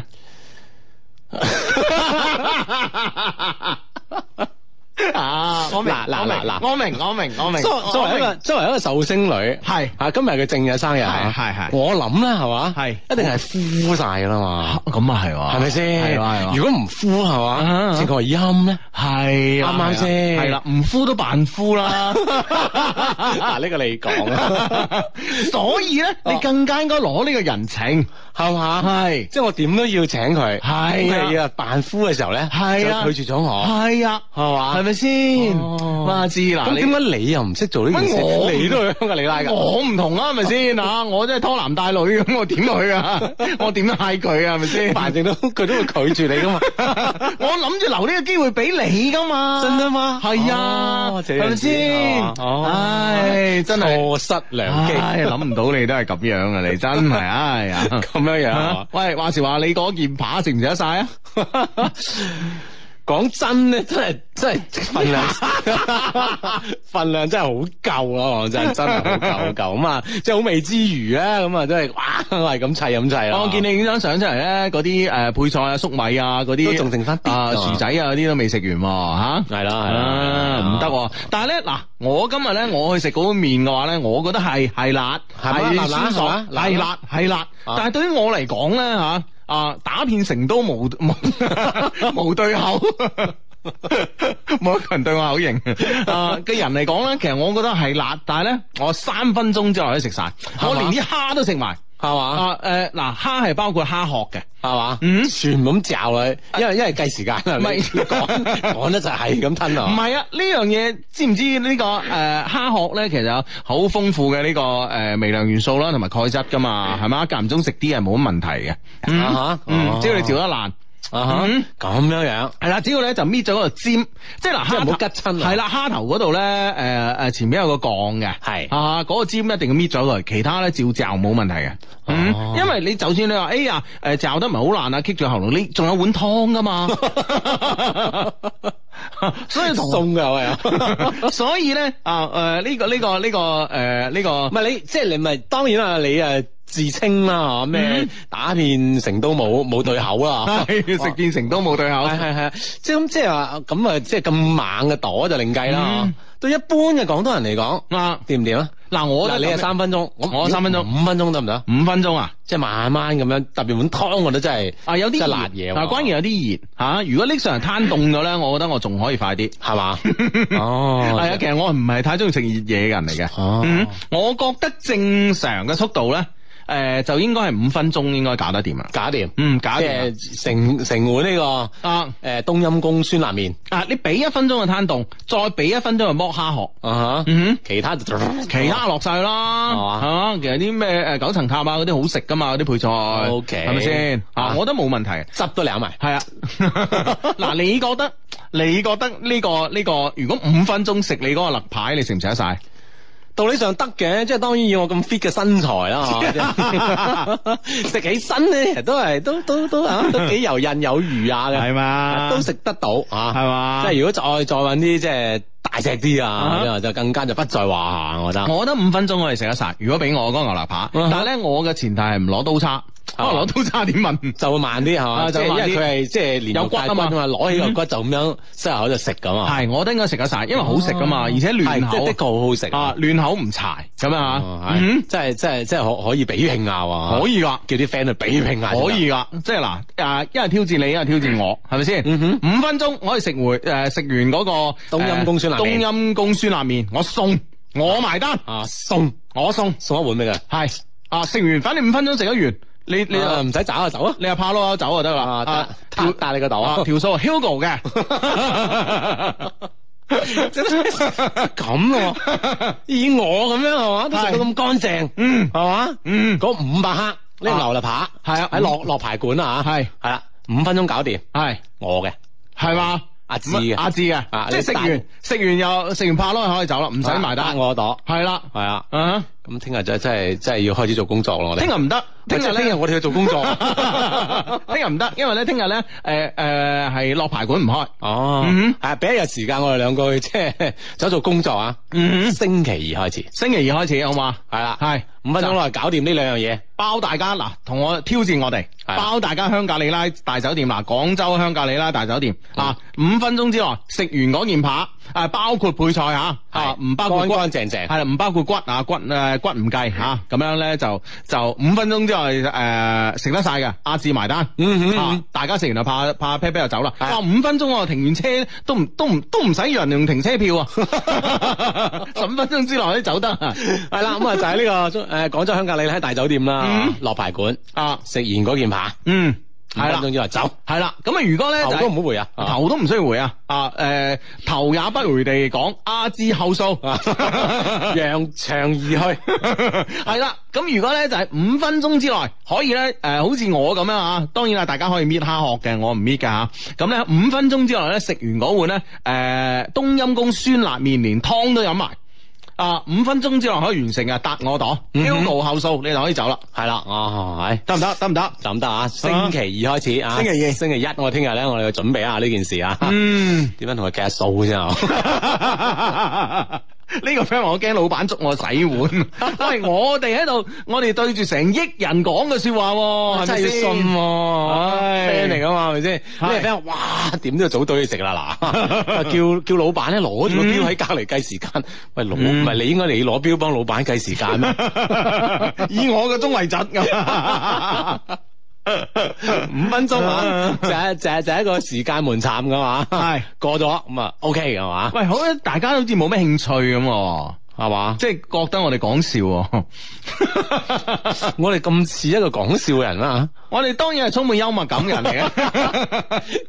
啊！我明，
嗱嗱嗱嗱
我明，我明，我明。
作作為一個作為一個壽星女，
係
啊，今日佢正日生日啊，
係係係
我諗咧係嘛，
係
一定係敷晒㗎啦嘛，
咁啊，係喎，
係咪
係喎
先
係？喎
如果唔敷係
啊啊
嘛，正確係陰咧。
係啊
啱唔啱先
係啦，唔敷都扮敷 啦。
嗱，呢個你講啊，
所以咧，你更加應該攞呢個人情，
係嘛？
係
即係我點都要請佢，
係啊
咁你啊，扮敷嘅時候咧，
係啊
就拒絕咗我，
係啊，
係嘛？
係咪先？
哦
哇，知啦，
咁
你
點解你又唔識做呢件事？
乜啊我
你都去香格里拉㗎？
我唔同啊，係咪先 啊？我真係拖男帶女咁，我點去 啊？我點嗌佢啊？係咪 先？
反正都佢都會拒絕你㗎嘛？
我諗住留呢個機會俾你噶嘛，
真啊嘛
係啊，
哦這
係
樣
咪
子
先
哦？哦
唉，真係
錯失良機，
唉，諗唔到你都係咁樣啊！你真 係，唉呀，
咁樣樣係
啊
嘛。
喂，話時話你嗰件扒食唔食得晒啊？
講真咧，真係真係 份量 份量真係好夠啊！我真係真係好夠好夠咁啊！即係好味之餘咧，咁啊真係哇，係咁砌咁砌啊啦！
我見你影張相出嚟咧，嗰啲誒配菜啊、粟米啊嗰啲，
都仲剩翻啲
啊
啊
薯仔啊嗰啲都未食完喎吓。
係啦係
啊，
啦，
唔得喎！但係咧，嗱，我今日咧，我去食嗰碗麵嘅話咧，我覺得係係辣，
係咪
係
辣辣
酸爽
係咪
係
辣
辣，係辣。
啊
但係對於我嚟講咧，吓啊，打遍成都無 無無對口， 冇一個人對我口型啊嘅人嚟講咧，其實我覺得係辣，但係咧，我三分鐘之內都食晒，
嘛
我連啲蝦都食埋
係嘛
啊！誒，嗱，蝦係包括蝦殼嘅。
係嘛，
嗯
全部咁嚼啦，因為因為計時間啦，
唔係
你你講講得就係咁吞
唔
啊！
係啊，呢樣嘢知唔知呢、個誒、呃、蝦殼咧，其實有好豐富嘅呢、個誒、呃微量元素啦，同埋鈣質噶嘛，係嘛？間唔中食啲係冇乜問題嘅。
啊哈
嗯
哦
只要你嚼得爛。
啊哈
嗯
咁樣樣
係啦，只要咧就搣咗嗰度尖，即係嗱，
即係
蝦
唔好
頭
拮親啊
係啦，蝦頭嗰度咧，誒、誒，前面有個槓嘅，
係
啊，嗰、個尖一定要搣咗佢，其他咧照嚼冇問題嘅。嗯，
哦
因為你就算你話，哎呀，誒，嚼得唔係好爛啊，棘住喉嚨，你仲有碗湯噶 嘛，所以同
送㗎喂。
所以咧啊誒呢個呢個呢個誒呢
唔
個
係你，即係你咪當然啦，你誒自稱啦嚇咩
嗯
打遍成都冇冇對口啦。
係 食遍成都冇對口
係係係，即係咁即係話咁啊，即係咁猛嘅朵就另計啦
嗯。
對一般嘅廣東人嚟講，
啊，
掂唔掂啊？
嗱，我
嗱，
覺
你
得咁
係
樣
三分鐘，
我三分鐘
五分鐘得唔得？
五分鐘啊。
即係慢慢咁樣，特別碗湯我覺得真係
啊，有啲
真係
熱
辣嘢喎
嗱，關鍵有啲熱嗯嚇、啊如果拎上嚟攤凍咗咧，我覺得我仲可以快啲。
係 嘛？哦，
係啊，其實我唔係太中意食熱嘢嘅人嚟嘅。
哦
嗯，我覺得正常嘅速度咧，誒、就應該係五分鐘應該搞得掂啦。
搞掂，
嗯，搞
即
掂啦
係成成碗呢個
啊
誒冬陰公酸辣麵
啊！你俾一分鐘嘅攤凍，再俾一分鐘嘅剝蝦殼。
啊哈，
嗯哼。
其他就
其他落晒啦，
係嘛
係嘛？其實啲咩誒九層塔啊嗰啲好食噶嘛，嗰啲配菜
OK
係咪先？啊
啊，
我覺得冇問題。
汁都舐埋，
係啊， 嗱，你覺得你覺得呢、個呢、個如果五分鐘食你嗰個肋排，你食唔食得晒？
道理上得嘅，即係當然要我咁 fit 嘅身材 啦，係嘛 食起身咧其實都係都都都啊 都幾游刃有餘下嘅，
嘛
都食得到啊，
係嘛
即係如果再再揾啲即係大隻啲啊，
啊
咁啊就更加就不在話下，我覺得。
我覺得五分鐘我哋食得晒。如果俾我嗰個牛肋排，
嗯哼啊
但係咧我嘅前提係唔攞刀叉，可能攞刀叉點問？
就會慢啲係嘛，
啊
即
就
係
會
因
慢啲
為佢係即係連
有骨啊嘛
嘛，攞起個骨就咁樣塞入口就食咁啊，哦
係，我覺得應該食得晒，因為好食噶嘛，而且
係
嫩
即係的
口
確好好食
啊，嫩口唔柴咁
哦
啊，
係
嗯，
真係真係真係可可以比拼下啊，
可以噶。
叫啲 friend 去比拼下，啊
可以噶，即係嗱，誒，一係挑戰你，一係挑戰我，係咪先？
嗯哼
五分鐘我可以食回誒，食完嗰個
冬陰公酸辣麵
冬陰公酸辣麵，我送，我埋單，
啊送
我送，
送一碗俾佢，
係啊，食完反正五分鐘食得完，你
你
你
啊
就
唔使找就走啊，
你就怕攞走就得啦，
啊搭搭
條
搭你個
啊
豆
條數係 Hugo 嘅。啊
咁咯，以我咁樣係嘛，都食到咁乾淨，
嗯
係嘛，
嗯，
嗰五百克呢個牛肋扒
係啊
喺落落排館啊嚇，
係
係啦，五分鐘搞掂，
係
我嘅
係嘛？
阿志嘅
阿志嘅
啊，
即係
你
食
搭
完食完又食完怕攞可以走啦，唔使埋
啊
單。
我個袋，
係啦，
係啊。
啊，
咁聽日就真係真係要開始做工作咯，我哋
聽日唔得，聽日
喂即係聽
咧
日。我哋去做工 作。
聽日 唔得，因為咧聽日咧，誒誒係落牌館唔開。
哦
嗯，
啊，俾一日時間我哋兩個去即係 走做工作啊。
嗯，
星期二開始，
星期二開始好嘛？
係啦，
係
啊五分鐘內搞掂呢兩樣嘢。
包大家嗱，同我挑戰我哋，
係
包大家香格里拉大酒店嗱，廣州香格里拉大酒店
嗯
啊，五分鐘之內食完嗰件扒，誒包括配菜嚇，啊唔包括
乾
骨。
乾淨淨。
係啦，唔包括骨啊，骨誒骨唔計嚇，咁樣咧就就五分鐘之內誒食得晒嘅，阿志埋單。
嗯
啊
嗯，
大家食完就怕怕 pat pat 就走啦。
係
哇，五分鐘我停完車都唔都唔都唔使要人用停車票啊， 十五分鐘之內都走得啊
係啦，咁啊就喺呢 個中誒廣州香格里拉大酒店啦
嗯，
落排館
啊，
食完嗰件扒，
嗯，
五
係
分
啦
鐘之內走，
係啦，咁啊如果咧就
頭都
係
唔好回啊。啊
頭都唔需要回啊，啊誒頭也不回地講阿志後 數。
啊揚長而去。
係啦，咁如果咧就係五分鐘之內可以咧，誒、好似我咁樣啊，當然啦，大家可以搣蝦殼嘅，我唔搣噶吓。咁咧五分鐘之內咧食完嗰碗咧，誒、冬陰公酸辣麵連湯都飲埋，啊五分鐘之內可以完成嘅，答我檔
嗯哼
，Hugo 後數你就可以走啦，
係啦，哦，係。
得唔得？得唔得？
就咁得啊！星期二開始啊，
星期二
星期一我聽日咧，我哋要準備下呢件事啊。
嗯，
點樣同佢計下數先啊？
呢個 friend 話我驚老闆捉我洗碗，喂，我哋喺度，我哋對住成億人講嘅說話喎，係咪先？唉
喎哦，friend 嚟噶嘛，係咪先？
係
呢個 friend 哇，點都要早隊去食啦嗱， 嗯叫叫老闆咧攞住個表喺隔離計時間。喂，老唔係你應該你攞表幫老闆計時間啊咩？
以我嘅鐘為準 咁。
五分鐘啊，就係就係就係一個時間門檻噶嘛。
係
過咗咁啊，OK 係嘛？
喂，好似大家好似冇咩興趣咁喎，
係嘛？
即係覺得我哋講笑 喎。
我哋咁似一個講笑嘅人啊啦。
我哋當然係充滿幽默感嘅人 嚟嘅。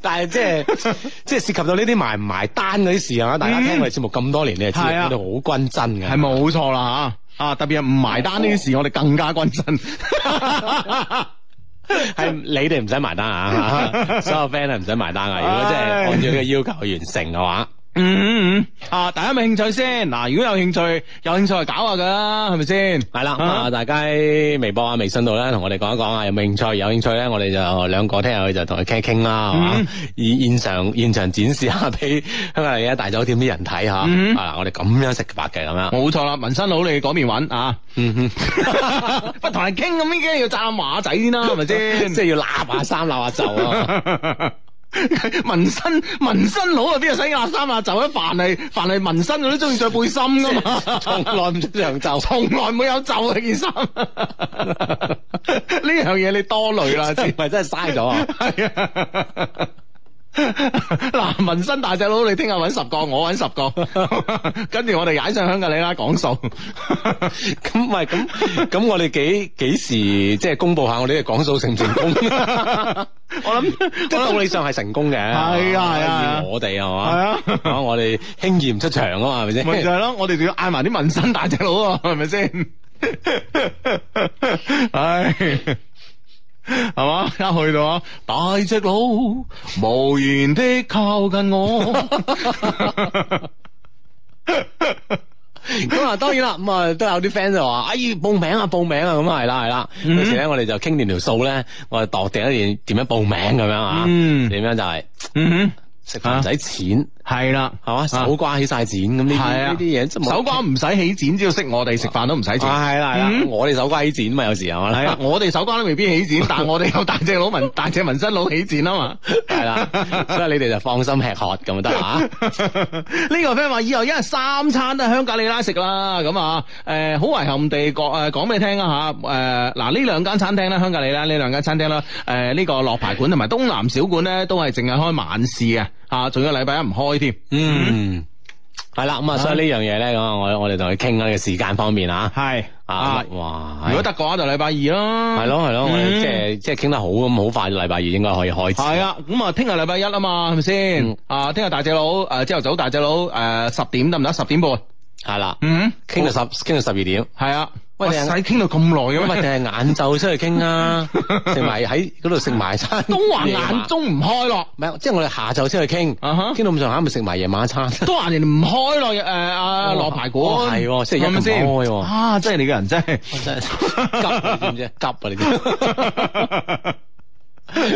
但係即 係即係涉及到呢啲埋唔埋單嗰啲事啊，大家聽我哋節目咁多年，你係知
係啊
道我哋好均真嘅，
係冇錯啦吓，啊特別係唔埋單呢啲事，我哋更加均 真。
係你哋唔使埋單啊， 所有 friend 係唔使埋單啊。如果即係
唉
按照呢個要求去完成嘅
嗯
話，
嗯嗯，啊大家有冇興趣先？嗱，如果有興趣，有興趣就搞下噶啦，係咪先？
係啦咁啊，大家喺微博啊、微信度咧，同我哋講一講啊，有冇興趣？有興趣咧，我哋就兩個聽日去就同佢傾一傾啦，係嘛啊
嗯？
現現場現場展示下俾 香港嚟嘅大酒店啲人睇下，
嗯
啊，我哋咁樣食法嘅咁樣，
冇錯啦，紋身佬你嗰邊揾啊，
嗯 哼。
不同 人傾咁，已經要讚下馬仔先啦，係咪先？
即係要立下衫、立下袖啊！
紋身紋身佬啊，邊度使壓衫啊？就一凡係凡係紋身嗰啲中意着背心噶嘛，
從來唔着 長袖。
從來冇有袖啊件 衫。呢樣嘢你多慮 啦，知
唔係真係嘥咗啊！
係啊。嗱，紋身大隻佬，你聽日揾十個，我揾十 個，跟住我哋踩上香格里拉講數。
咁唔係 咁咁，我哋幾幾時即係公佈下我哋嘅講數成唔成功？
我諗
即係道理上係成功嘅，
係啊係啊
以我哋係
係
嘛
啊，
啊我哋輕易唔出場啊嘛，係
咪
咪
就
先？
係咯，我哋仲要嗌埋啲紋身大隻佬啊， 係咪先？唉。係嘛？一去到啊，大隻佬無言的靠近我，
咁啊，當然啦，咁啊都有啲 friend 就話：哎，報名啊，報名啊，咁啊係啦係啦。
嗯
有時咧，我哋就傾掂條數咧，我哋度定一點點樣報名咁樣啊，
嗯
點樣就係
嗯
食飯唔使錢。
哼，係啦，
係嘛，手瓜起晒剪咁呢啲
係啊
呢啲嘢，真係冇
手瓜唔使起剪，只要識我哋食飯都唔使錢。
啊係啦係啦
嗯，
我哋手瓜起剪嘛，有時係嘛，
係啊，我哋手瓜都未必起剪，但係我哋有大隻佬紋大隻紋身佬起剪啊嘛。
係啦，所以你哋就放心吃喝咁就得啦
呢。個 friend 話以後一日三餐都喺香格里拉食啦，咁啊，誒好遺憾地講誒講俾你聽啊嚇，誒嗱呢兩間餐廳咧，香格里拉呢兩間餐廳啦，誒呢個落牌館同埋東南小館咧，都係淨係開晚市嘅，嚇，仲有禮拜一唔開添。
嗯，係啦，咁啊，所以呢樣嘢咧，咁啊，我我哋同佢傾下嘅時間方面啊，
係
啊，哇，
如果得嘅話就禮拜二啦。
係咯係咯，
嗯
我哋即係即係傾得好咁，好快禮拜二應該可以開始。
係啊，咁啊，聽日禮拜一啊嘛，係咪先
嗯？
啊，聽日大隻佬，誒，朝頭早大隻佬，誒，十點得唔得？十點半。
係啦，
嗯，
傾到十傾到十二點。
係啊。
喂
喂，
你
使傾到咁啊耐
咁
嘅
咪
咩？
定係晏晝出去 傾啊？食埋喺嗰度食埋餐。
東華眼中唔開咯，
唔係，即係我哋下晝先去傾，
啊哈
傾到咁上下咪食埋夜晚餐。
東華人唔開咯，誒，阿
哦
羅排
哦
館
係喎星期一
係咪先
唔開喎
啊，真係你個人 真係。
真係 急你知唔知？急啊你知唔知？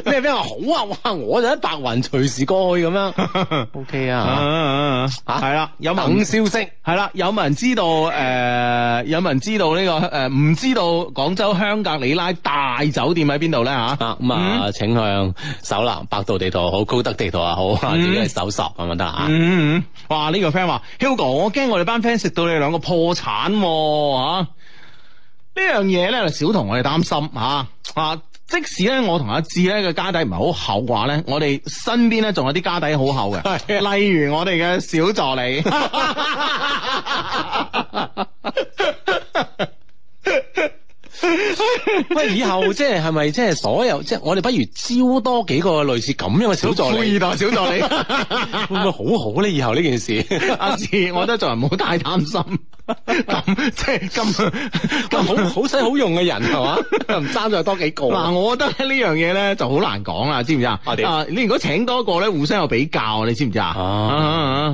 咩咩話好啊？哇！我就喺白雲隨時過去咁樣。O K 啊，
啊
啊
係啦，有
等
冇？
消息。
係啦，有冇人知道誒、呃有冇人知道呢、個誒唔、知道廣州香格里拉大酒店喺邊度咧吓？
啊咁啊，請向搜啦，百度地圖好，高德地圖啊好，啊
嗯
自己去搜索咁就得啊。
嗯，嗯嗯哇！呢、個 friend 話，Hugo，我驚我哋班 friend 食到你哋兩個破產喎、啊呢樣嘢咧，小童我哋擔心吓啊即使咧，我同阿志咧嘅家底唔係好厚嘅話咧，我哋身邊咧仲有啲家底好厚嘅，例如我哋嘅小助 理。
喂，以 後即係係咪即係所有即係我哋不如招多幾個類似咁樣嘅小助
富
理，
二代小助理，
啊 會唔會好好咧？以後呢件事
阿志，我覺得做人唔好太擔心，咁即係咁
咁
咁
好好使好用嘅人 係嘛，唔爭再多幾個。
嗱，我覺得呢樣嘢咧就好難講啦，知唔知啊？
啊點
啊，你如果請多個咧，互相有比較，你知唔知啊？
啊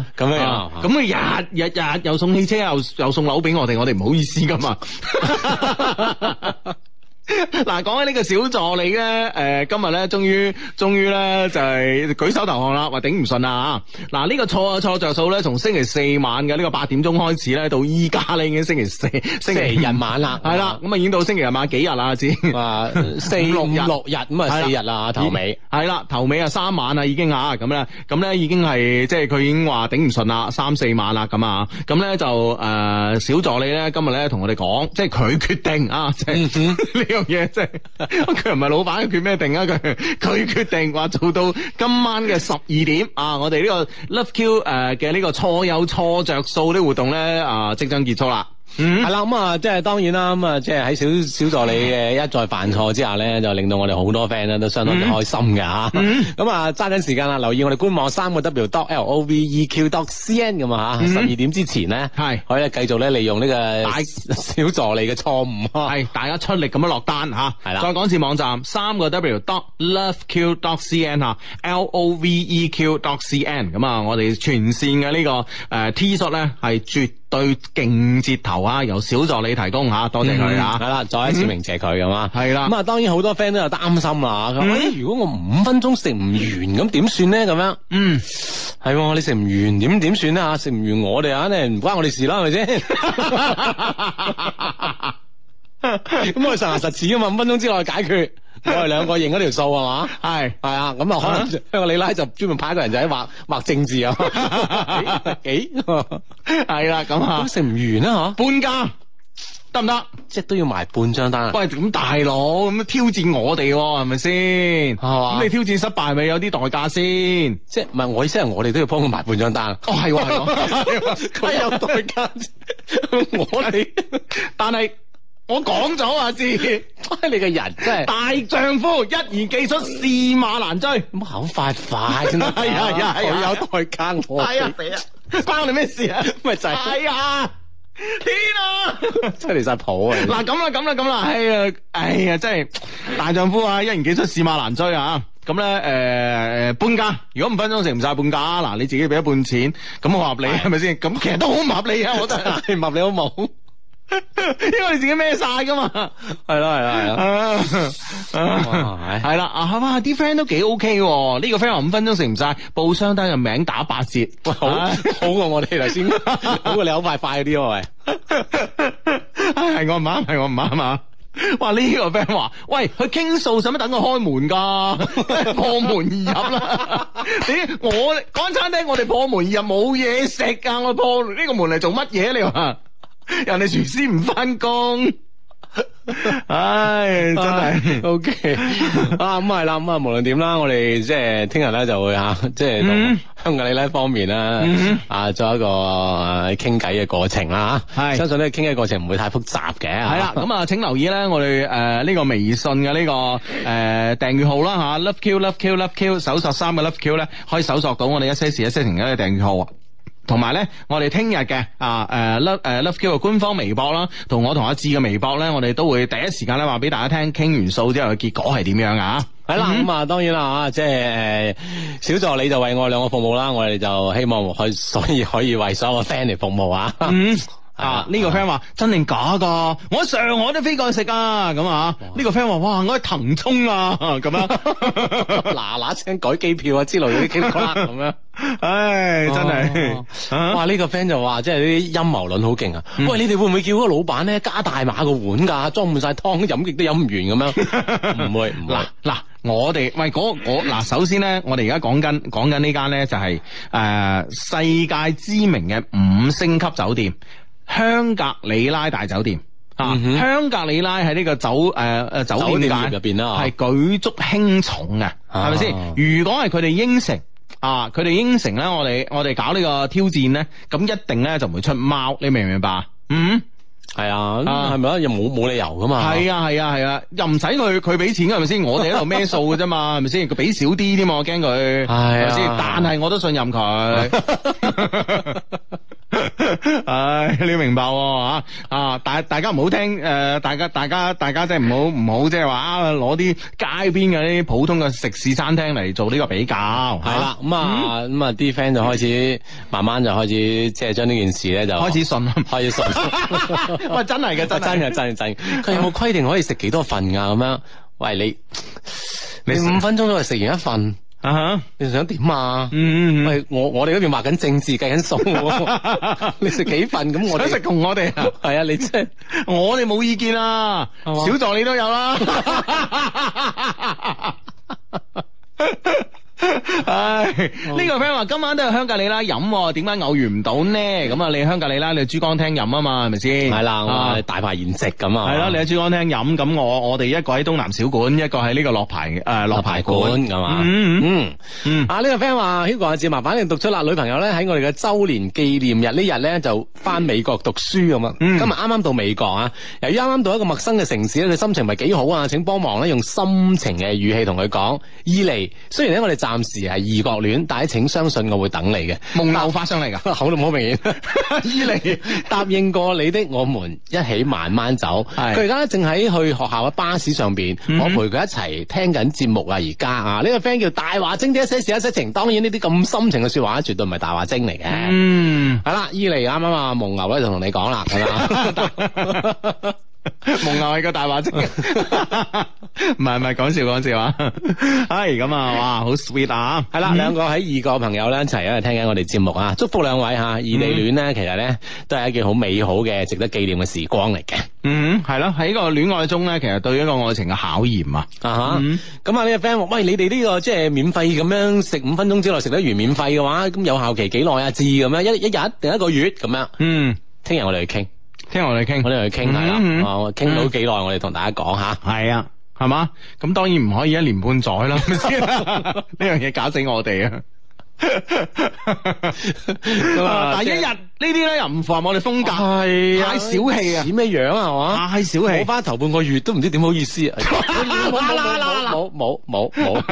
啊
咁樣
啊
啊
咁你日日日又送汽車，又又送樓俾我哋，我哋唔好意思噶嘛。 嗱，講起呢個小助理咧，誒、今日咧，終於，終於咧就係、舉手投降啦，話頂唔順啦嚇！嗱，呢個錯錯着數咧，從星期四晚嘅呢個八點鐘開始咧，到依家咧已經星期四、星
星期
期
日晚啦，
係啦，咁啊已經到星期日晚幾日啦，知？
啊，四
六
六
日
六日咁
係
啊，
啦
四日啦，頭尾。
係啦，頭尾啊三晚啦已經啊，咁咧咁咧已經係即係佢已經話頂唔順啦，三四晚啦咁啊，咁咧就誒、呃小助理咧今日咧同我哋講，即係佢決定啊，即係
嗯
呢樣嘢即係佢唔係老闆，佢決咩定啊？佢佢決定話做到今晚嘅十二點啊！我哋呢個 Love Q 誒嘅呢個錯有錯着數啲活動咧啊，即將結束啦。嗯
係啦，咁啊，即係當然啦，咁啊，即係喺小小助理嘅一再犯錯之下咧，就令到我哋好多 friend 咧都相當之開心嘅吓。咁啊，揸緊時間啦，留意我哋官網三個 W dot L O V E Q dot C N 咁啊吓，十二點之前咧，
係
可以咧繼續咧利用呢個
大
小助理嘅錯誤啊。
系大家出力咁樣落單吓，
係啦
再講次網站三個 W dot loveq dot cn 吓，L O V E Q dot cn 咁啊，我哋全線嘅呢個誒 T 恤咧係絕對勁折頭啊，由小助理提供吓，多謝佢
係
啊，
啦，再一次鳴謝佢咁啊。
係啦
咁啊，當然好多 friend 都有擔心啦。佢話：，咦如果我五分鐘食唔完，咁點算咧？咁樣。
嗯，
系喎，你食唔完點點算啊？食唔完我哋啊，肯定唔關我哋事啦，係咪先？咁我哋實牙實齒啊嘛，五分鐘之內解決。我哋兩個認嗰條數係嘛？
係。
係啊，咁啊可能香港李拉就專門派一個人仔畫畫政治啊， 幾
系啦，咁啊
咁，食唔完啦
半價得唔得？
吓，即係都要埋半張單啊。
喂，咁大佬咁挑戰我哋喎，係咪先？
係嘛
咁你挑戰失敗，咪有啲代價先？
即係唔係我意思係我哋都要幫佢埋半張單啊。
哦，係喎，係喎，
佢有代 價，我哋
但係我講咗啊，志
哎你個人真係
大丈夫一言既出，驷馬難追。
咁口快快真 係，
係啊係啊係啊
佢有代價我哋，
係啊，死啊！關你咩事啊？
咪就係
係啊！天啊！
真係離晒譜啊！
嗱咁啦，咁啦，咁啦，哎呀，哎呀，真係大丈夫啊，一言既出，驷馬難追啊！咁咧，誒誒半價，如果五分鐘食唔晒半價，嗱你自己俾一半錢，咁好合理係咪先？咁其實都好唔合理啊，我覺得，
你問你好冇？
因為你自己孭晒噶嘛。
係啦係啦係啦，
啊
哇
係啦，啊哇，啲 friend 都幾 OK 喎。呢個 friend 話五分鐘食唔晒，報商單嘅名打八折，
好
啊
好過我哋頭 先，好過你口快快嗰啲啊喂。
唉，係我唔啱，係我唔啱啊！哇！呢、個 friend 話：，喂，佢傾訴使乜等我開門㗎？破門而入啦！你我嗰間餐廳，我哋破門而入冇嘢食㗎，我破呢個門嚟做乜嘢？你話人哋廚師唔翻工，唉，真係
O K 啊，咁係啦，咁啊，無論點啦，我哋即係聽日咧就會吓， 即係
嗯
同香港你呢方面啦
嗯，
啊，做一個啊傾偈嘅過程啦，
係
相信呢傾偈過程唔會太複雜 嘅，
係啦，咁啊，請留意咧，我哋誒呢個微信嘅呢個誒訂閱號啦嚇，love q love q love q，搜索三個 love q 咧，可以搜索到我哋一些事一些情嘅訂閱號啊。同埋咧，我哋聽日嘅啊誒 Love 誒 Love Q 嘅官方微博啦，同我同阿志嘅微博咧，我哋都會第一時間咧話俾大家聽，傾完數之後嘅結果係點樣啊？
係啦，咁啊，當然啦啊，即係诶，小助理就為我兩個服務啦，我哋就希望可以 所以可以為所有嘅 friend 嚟服務啊。
嗯。啊！呢、個 friend 話真定假噶？我喺上海都飛過去食啊！咁啊，呢個 friend 話哇，我喺騰衝啊！咁啊 樣。
嗱嗱聲改機票啊之類嗰啲傾啦咁樣，
唉，真
哦
係啊嗯
哇！呢個 friend 就話，即係啲陰謀論好勁啊！喂，你哋會唔會叫嗰個老闆咧加大碼個碗㗎，裝滿晒湯，飲極都飲唔完咁 樣？唔會唔會
嗱，嗱，我哋喂嗰我嗱，首先咧，我哋而家講緊講緊呢間咧就係、誒、世界知名嘅五星級酒店香格里拉大酒店。啊
嗯，哼
香格里拉喺呢個酒誒誒、酒
酒
店
店
界
業入邊啦
係舉足輕重嘅，係咪先？如果係佢哋應承。啊！佢哋應承咧，我哋我哋搞呢個挑戰咧，咁一定咧就唔會出貓，你明唔明白啊？嗯。
係啊，
啊
係咪啊？又冇冇理由㗎嘛？
係啊係啊係啊，又唔使佢佢俾錢㗎係咪先？我哋喺度孭數嘅啫嘛，係 咪先？佢俾少啲添嘛，我驚佢
係啊
係咪先？但係我都信任 佢。唉，你明白喎啊啊！大大家唔好聽誒、呃大家大家大家即係唔好唔好即係話啊攞啲街邊嘅呢啲普通嘅食肆餐廳嚟做呢個比較。係
係啦，咁啊
嗯
咁啊，啲 friend 就開始慢慢就開始即係將呢件事咧就
開始信啦。
開始信。
喂，真係嘅真係
真嘅真嘅真嘅，佢有冇規定可以食幾多份㗎咁樣？喂你
你
你
食
五分鐘都係食完一份，
啊哈
你想點啊？
嗯嗯嗯
喂，我我哋嗰邊畫緊政治計緊數喎， 你食幾份咁我
想
哋
食同我哋啊！
係啊，你真係
我哋冇意見啦，
係嘛
小助理都有 啦。唉，
哦
呢個 friend 話今晚都係香格里拉飲喎，點解偶遇唔到呢？咁啊，你香格里拉你去珠江廳飲啊 嘛，係咪先？
係啦，我
啊
哋大排筵席咁啊，
係啦，你喺珠江廳飲，咁我我哋一個喺東南小館，一個喺呢個樂牌誒
落
樂
排
牌
館
館。
咁啊，
嗯
嗯。
嗯，
啊！呢、個 friend 話，Hugo 阿志，麻煩你讀出啦。女朋友咧喺我哋嘅周年紀念日呢日咧就翻美國讀書咁啊。
嗯
今日啱啱到美國啊，由於啱啱到一個陌生嘅城市咧，佢心情唔係幾好啊。請幫忙咧用心情嘅語氣同佢講。伊利，雖然咧我哋暫時係異國戀，但係請相信我會等你嘅。
夢漏發 生嚟㗎。
好到 好明顯，伊利答應過你的，我們一起慢慢走。
係嗯
佢而家正喺去學校嘅巴士上邊，我陪佢一齊聽緊節目啊！而家啊，呢、個 friend 叫大話精啲一些事一些情，當然呢啲咁深情嘅説話，絕對唔係大話精嚟嘅。
嗯，
係啦，伊利啱啱啊，蒙牛咧就同你講啦，係嘛？
蒙牛係個大 話精，唔係唔係講笑講笑啊！ 係咁啊，哇，好 sweet 啊！
係啦，兩個喺異國嘅朋友咧一齊喺度聽緊我哋節目啊
嗯
啊！祝福兩位嚇，異地戀咧其實咧都係一件好美好嘅、值得紀念嘅時光嚟嘅。
嗯，係咯，喺呢個戀愛中咧，其實對一個愛情嘅考驗啊。
啊
嗯
吓，咁啊呢個 friend 話喂，你哋呢個即係免費咁樣食五分鐘之內食得完免費嘅話，咁有效期幾耐啊？至咁樣一一日定一個月咁樣？
嗯，
聽日我哋去傾，
聽我哋傾
我。哋去傾係啦
嗯嗯，
啊我傾到幾耐我哋同大家講下。
係啊，係嘛？咁當然唔可以一年半載啦， 係咪先呢樣嘢搞死我 哋啊！
啊
但係一日呢啲咧又唔符合我哋風格，
係
太小氣嗯啊
似咩樣啊？係嘛？
太小
我
氣。
翻頭半個月都唔知點好意思 啊！冇冇冇冇冇，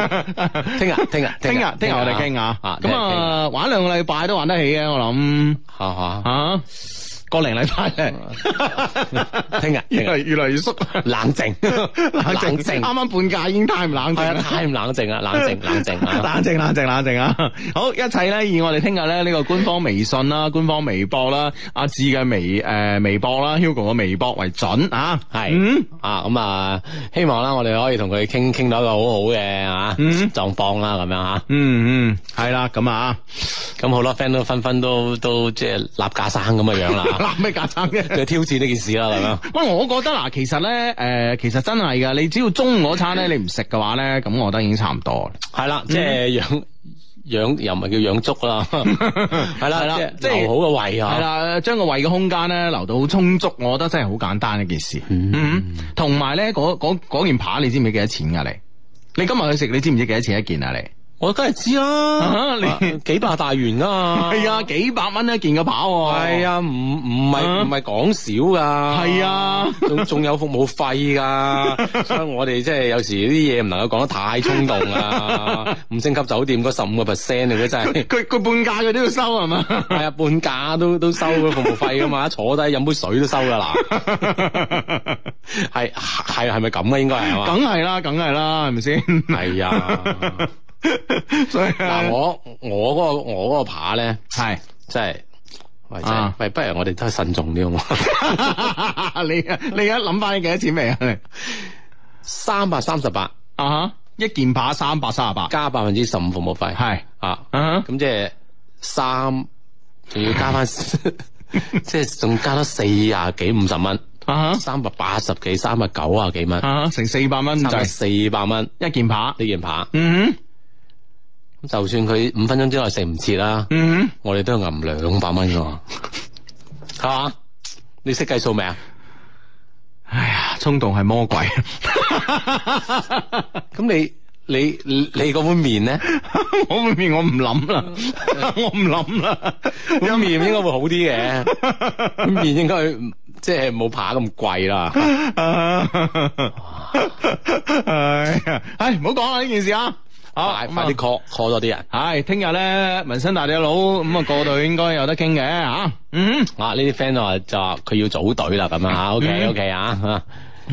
聽日啊聽日
聽日聽日我哋傾下，
啊！
咁啊玩兩個禮拜都玩得起嘅，我諗
嚇
啊個零禮拜咧，
聽日
越嚟越嚟越縮，
冷 靜啊 冷
冷啱
靜
啱半價已經太唔冷
係
靜
啊，
啦。
太唔冷靜啊！冷靜冷靜啊！
冷靜冷靜冷靜啊！ 好，一切咧以我哋聽日咧呢個官方微信啦、官方微博啦、阿志嘅微誒、呃微博啦、Hugo 嘅微博為準啊！
係
嗯
啊，咁啊，希望啦，我哋可以同佢傾傾到一個好好嘅啊
嗯
狀況啦，咁樣啊，
嗯嗯，係啦，咁啊，
咁好多 friend 都紛紛都都即係立架生咁嘅樣啦，
嗱咩架撐嘅？
去挑戰呢件事啦，咁樣。
喂，我覺得嗱，其實咧，誒、其實真係噶，你只要中午嗰餐咧，你唔食嘅話咧，咁我覺得已經差唔多啦。
系啦，即系养养又唔系叫养足 啦，系
係啦
啦，即
即
系
係
留好個胃啊，
係，啦，呃將個胃嘅空間咧留到好充足，我覺得真係好簡單一件事。嗯，同埋咧，嗰嗰嗰件扒你知唔知幾多錢噶？你你今日去食，你知唔知幾多錢一件啊？你？
我梗系知
啊
啦，
你
啊几百大元啊，
系啊，，幾百蚊一件嘅跑喎。
系，啊，唔唔系
啊
唔系讲少噶，
係啊
仲仲有服務 費㗎，所以我哋即係有時啲嘢唔能夠講得太衝動啊，五星級酒店嗰十五個 percent 你都真 係。
佢佢半價佢都要收係 嘛？
係啊，半價都都收嗰服務費噶嘛，坐低飲杯水都收噶啦，係係係咪咁啊？應該係嘛？
梗係啦，梗係啦，係咪先？
係啊。
所以啊
嗱，
嗱
我我嗰、個我嗰個扒咧，
係
真係，喂，真係
啊，
喂，不如我哋都係慎重啲好嘛？
你你而家諗翻你幾多錢未啊？你
三百三十八
啊哈一件扒三百三十八，
加百分之十五服務費，
係
啊，
啊哈
咁即係三，仲 要加翻，即係仲加多四啊幾五十蚊，
啊哈
三百八十幾，三百九啊幾蚊，
啊哈成四百蚊就
三百
係
四百蚊
一件扒。
呢件扒，
嗯哼
咁就算佢五分鐘之內食唔切啦，
嗯哼，
我哋都要揞兩百蚊㗎喎， 係嘛？你識計數未啊？
哎呀，衝動係魔鬼。
咁你你你你嗰碗 面咧，
我碗面我唔諗啦，
嗯
我唔諗啦，
碗面應該會好啲 嘅，碗面應該即係冇扒咁貴啦。
唉，唉，唔好講啦呢件事啊，好
快
咁啊
快啲 call call 多啲人
係，聽日咧，紋身大隻佬咁啊過到應該有得傾嘅吓，嗯，
啊！呢啲 friend 就話就話佢要組隊啦咁 啊，OK OK 啊，